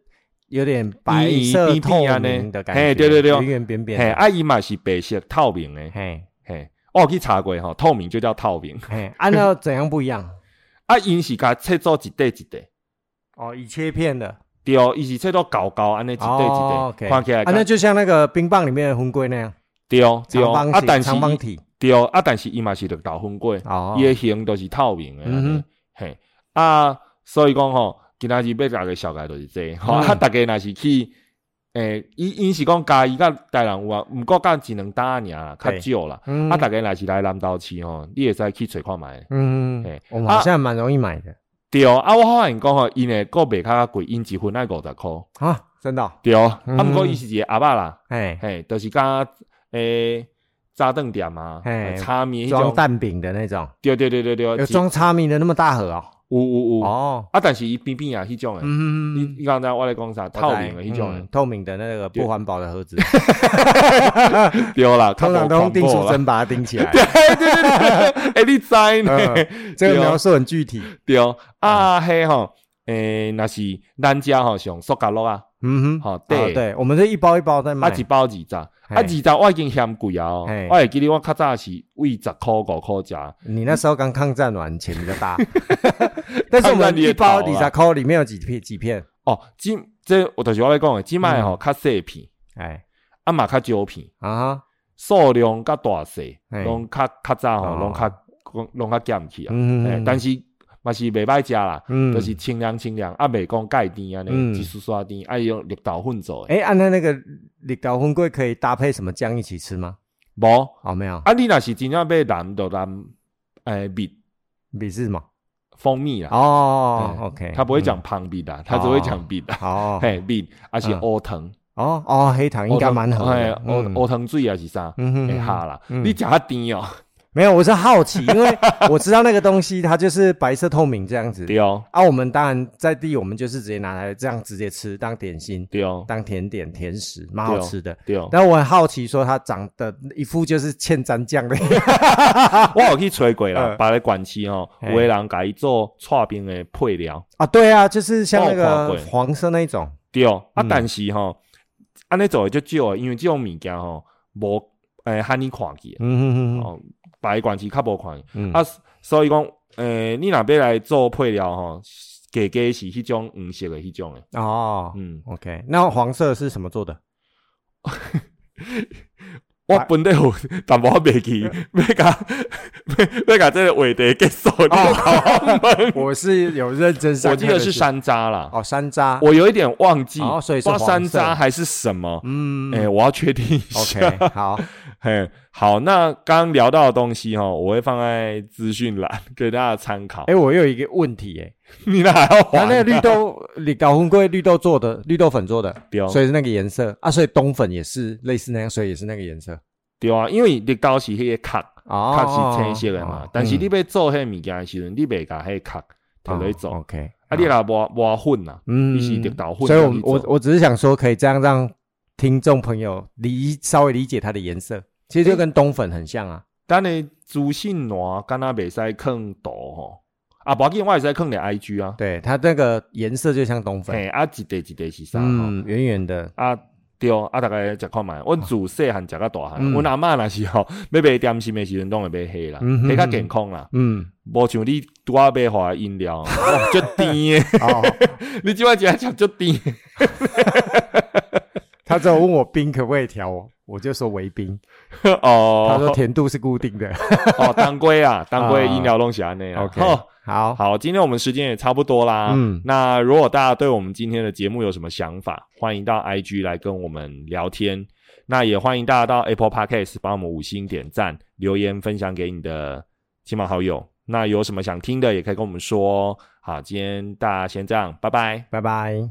Speaker 2: 有点白
Speaker 1: 一
Speaker 2: 色
Speaker 1: 一一
Speaker 2: 透
Speaker 1: 片啊
Speaker 2: 明
Speaker 1: 呢
Speaker 2: 的感觉，
Speaker 1: 嘿对对对
Speaker 2: 圆圆扁扁
Speaker 1: 嘿，
Speaker 2: 的，
Speaker 1: 啊伊嘛是白色透明诶，
Speaker 2: 嘿，
Speaker 1: 嘿，哦我有去查过吼，透明就叫透明，
Speaker 2: 嘿，按照啊怎样不一样？
Speaker 1: 啊，因是甲切做一块一块。
Speaker 2: 哦，以切片的，
Speaker 1: 对，伊是切做厚厚安尼一块一
Speaker 2: 哦
Speaker 1: 块，
Speaker 2: ，OK，
Speaker 1: 看起来
Speaker 2: 啊，那就像那个冰棒里面的荤贵那样，
Speaker 1: 对对，
Speaker 2: 长方
Speaker 1: 啊，
Speaker 2: 形，
Speaker 1: 但是
Speaker 2: 长方
Speaker 1: 伊
Speaker 2: 体，
Speaker 1: 对，啊，但是伊嘛是绿豆粉粿，
Speaker 2: 哦，
Speaker 1: 伊诶形都是透明诶，
Speaker 2: 嗯哼
Speaker 1: 安尼嘿，啊，所以讲吼，今仔日要大家小解就是这个，吼，
Speaker 2: 嗯
Speaker 1: 啊，大家若是去，诶，因因是讲家己甲台南有啊，毋过干一两单尔啦，较
Speaker 2: 对
Speaker 1: 少啦，
Speaker 2: 嗯
Speaker 1: 啊，大家若是来南投市吼，你会使去找看卖。
Speaker 2: 嗯
Speaker 1: 嘿，
Speaker 2: 我们好像蛮容易买的
Speaker 1: 对，啊，我发现讲吼，因诶个卖较贵，因一份爱五十箍。
Speaker 2: 啊，真的哦，
Speaker 1: 对，啊，
Speaker 2: 嗯
Speaker 1: 毋过伊是一个阿爸啦。
Speaker 2: 哎，
Speaker 1: 嘿，就是讲诶炸炖店啊，
Speaker 2: 嘿
Speaker 1: 呃炒面迄
Speaker 2: 装
Speaker 1: 种，
Speaker 2: 蛋饼的那种，
Speaker 1: 对对对对对，
Speaker 2: 有
Speaker 1: 是
Speaker 2: 装叉米的那么大盒哦，
Speaker 1: 有有有
Speaker 2: 哦，
Speaker 1: 啊，但是伊边边啊迄种诶，你
Speaker 2: 嗯，
Speaker 1: 你刚才我来讲啥
Speaker 2: 我知
Speaker 1: 透明的迄种
Speaker 2: 嗯
Speaker 1: 诶，
Speaker 2: 透明的那个不环保的 盒子，
Speaker 1: 对啦，
Speaker 2: 通常都用订书
Speaker 1: 较
Speaker 2: 针把它钉起来。
Speaker 1: 无环保啦， 哎诶，你知呢？
Speaker 2: 嗯这
Speaker 1: 哦
Speaker 2: 个描述很具体。
Speaker 1: 对啊，嘿吼，诶，若是咱遮吼上塑胶落啊，
Speaker 2: 嗯哼，
Speaker 1: 好
Speaker 2: 对
Speaker 1: 对
Speaker 2: 对，我们是一包一包在卖
Speaker 1: 啊。一包二十，啊
Speaker 2: 嘿
Speaker 1: 二十我已经嫌贵啊哦
Speaker 2: 嘿，
Speaker 1: 我会记得我较早是为十箍五箍食，
Speaker 2: 你那时候刚抗战完，钱比较 大， 但是我们一包
Speaker 1: 抗战
Speaker 2: 底
Speaker 1: 你也啊
Speaker 2: 下扣里面有几片几片，
Speaker 1: 哦，即这我就是我来讲诶，即卖
Speaker 2: 嗯
Speaker 1: 吼较细片，
Speaker 2: 哎
Speaker 1: 啊嘛较少片。
Speaker 2: 啊哈，
Speaker 1: 数量较大细
Speaker 2: 嘿，
Speaker 1: 拢较较早
Speaker 2: 哦
Speaker 1: 吼，拢较拢较减去啊。
Speaker 2: 嗯
Speaker 1: 诶，但是嘛是袂歹食啦，
Speaker 2: 嗯
Speaker 1: 就是清凉清凉，啊袂讲介甜安
Speaker 2: 嗯
Speaker 1: 尼，一丝丝甜，啊用绿豆粉做诶。
Speaker 2: 哎，按照那个绿岛荤贵可以搭配什么酱一起吃吗？
Speaker 1: 无
Speaker 2: 哦，没有，
Speaker 1: 啊，你若是真正要蓝就蓝，诶蜜
Speaker 2: 你是什么？
Speaker 1: 蜂蜜啦，
Speaker 2: 哦
Speaker 1: 嗯
Speaker 2: ，OK，
Speaker 1: 他不会讲
Speaker 2: 嗯
Speaker 1: 胖蜜啦，他只会讲蜜啦。
Speaker 2: 哦
Speaker 1: 嘿，蜜，啊是
Speaker 2: 嗯
Speaker 1: 乌糖，
Speaker 2: 哦哦，黑糖应该蛮合
Speaker 1: 嘿
Speaker 2: 的，嗯
Speaker 1: 乌乌糖水啊是啥？
Speaker 2: 嗯哼
Speaker 1: 会
Speaker 2: 嗯哼
Speaker 1: 下啦，
Speaker 2: 嗯
Speaker 1: 你食较甜哦，
Speaker 2: 没有，我是好奇，因为我知道那个东西它就是白色透明这样 子，
Speaker 1: 对哦，
Speaker 2: 啊，我们当然在地，我们就是直接拿来这样直接吃当点心、
Speaker 1: 对哦，
Speaker 2: 当甜点、甜食，蛮好吃的。
Speaker 1: 对哦。
Speaker 2: 但我很好奇，说它长得一副就是欠蘸酱的，
Speaker 1: 我有去吹过
Speaker 2: 嗯
Speaker 1: 啦，别个管市吼，
Speaker 2: 嘿
Speaker 1: 有的人甲伊做刨冰的配料，
Speaker 2: 啊，对啊，就是像那
Speaker 1: 爆
Speaker 2: 个
Speaker 1: 款粿
Speaker 2: 黄色那一种，
Speaker 1: 对。啊
Speaker 2: 嗯，
Speaker 1: 但是吼，安尼做的就少的，因为即种物件吼，无诶罕你看见的，
Speaker 2: 嗯
Speaker 1: 哦，别个管市较无看见。
Speaker 2: 嗯
Speaker 1: 啊，所以讲，诶，你若要来做配料吼，加加是迄种黄色的迄种的，
Speaker 2: 哦
Speaker 1: 嗯，
Speaker 2: ，OK，那黄色是什么做的？ 啊
Speaker 1: 我本来有 淡薄仔袂记，
Speaker 2: 嗯
Speaker 1: 要甲要要甲 这个话题结束，你
Speaker 2: 哦
Speaker 1: 就搞我问
Speaker 2: 我是有认真 上
Speaker 1: 我
Speaker 2: 课
Speaker 1: 记
Speaker 2: 的
Speaker 1: 得
Speaker 2: 学
Speaker 1: 是山
Speaker 2: 生，
Speaker 1: 楂啦，
Speaker 2: 哦，山楂，
Speaker 1: 我有一点忘记，
Speaker 2: 哦所以是
Speaker 1: 不知道山
Speaker 2: 黄色
Speaker 1: 楂还是什么。
Speaker 2: 嗯
Speaker 1: 哎、我要确定一下。
Speaker 2: ，OK，好，
Speaker 1: 嘿，好，那刚刚聊到的东西哈、哦，我会放在资讯栏给大家参考。
Speaker 2: 哎，我又有一个问题，哎，
Speaker 1: 你哪还要还
Speaker 2: 它
Speaker 1: 啊？
Speaker 2: 那个绿豆绿搞红龟绿豆做的，绿豆粉做的，
Speaker 1: 丢
Speaker 2: 所以是那个颜色啊，所以冬粉也是类似那样，所以也是那个颜色
Speaker 1: 丢啊，因为绿豆是迄个壳，壳
Speaker 2: 哦嗯
Speaker 1: 是青色的嘛。但是你要做迄物件的时阵，你袂甲迄个壳摕来做。
Speaker 2: 嗯哦，OK，
Speaker 1: 啊，你若无无混呐，
Speaker 2: 嗯
Speaker 1: 你是绿豆混
Speaker 2: 所以
Speaker 1: 才
Speaker 2: 我
Speaker 1: 去做。
Speaker 2: 我我只是想说，可以这样让听众朋友理稍微理解它的颜色，其实就跟冬粉很像啊。
Speaker 1: 等你资讯栏敢若袂使坑图吼，啊，无要紧，我会使坑你 IG 啊。
Speaker 2: 对，它那个颜色就像冬粉，
Speaker 1: 嘿，啊，一块一块是啥吼？
Speaker 2: 嗯，圆圆的，
Speaker 1: 啊，对，啊，大概食看觅阮自细汉食到大汉
Speaker 2: 哦嗯，
Speaker 1: 阮阿嬷若是吼， 要买点心的时阵，拢会买迄啦，
Speaker 2: 嗯哼
Speaker 1: 迄较健康啦。
Speaker 2: 嗯，
Speaker 1: 无像你拄啊买华饮料， 哦足甜的，
Speaker 2: 哦，
Speaker 1: 你即摆食食足甜的。
Speaker 2: 他只有问我冰可不可以调我，我就说微冰，他说
Speaker 1: 哦
Speaker 2: 甜度是固定的。
Speaker 1: 哦，当归啊，当归饮料拢是安尼啦。
Speaker 2: OK，
Speaker 1: 好
Speaker 2: 好，
Speaker 1: 好，今天我们时间也差不多啦。
Speaker 2: 嗯
Speaker 1: 那如果大家对我们今天的节目有什么想法，欢迎到 IG 来跟我们聊天。那也欢迎大家到 Apple Podcast 帮我们五星点赞、留言、分享给你的亲朋好友。那有什么想听的，也可以跟我们说哦。好，今天大家先这样，拜拜。
Speaker 2: 拜拜。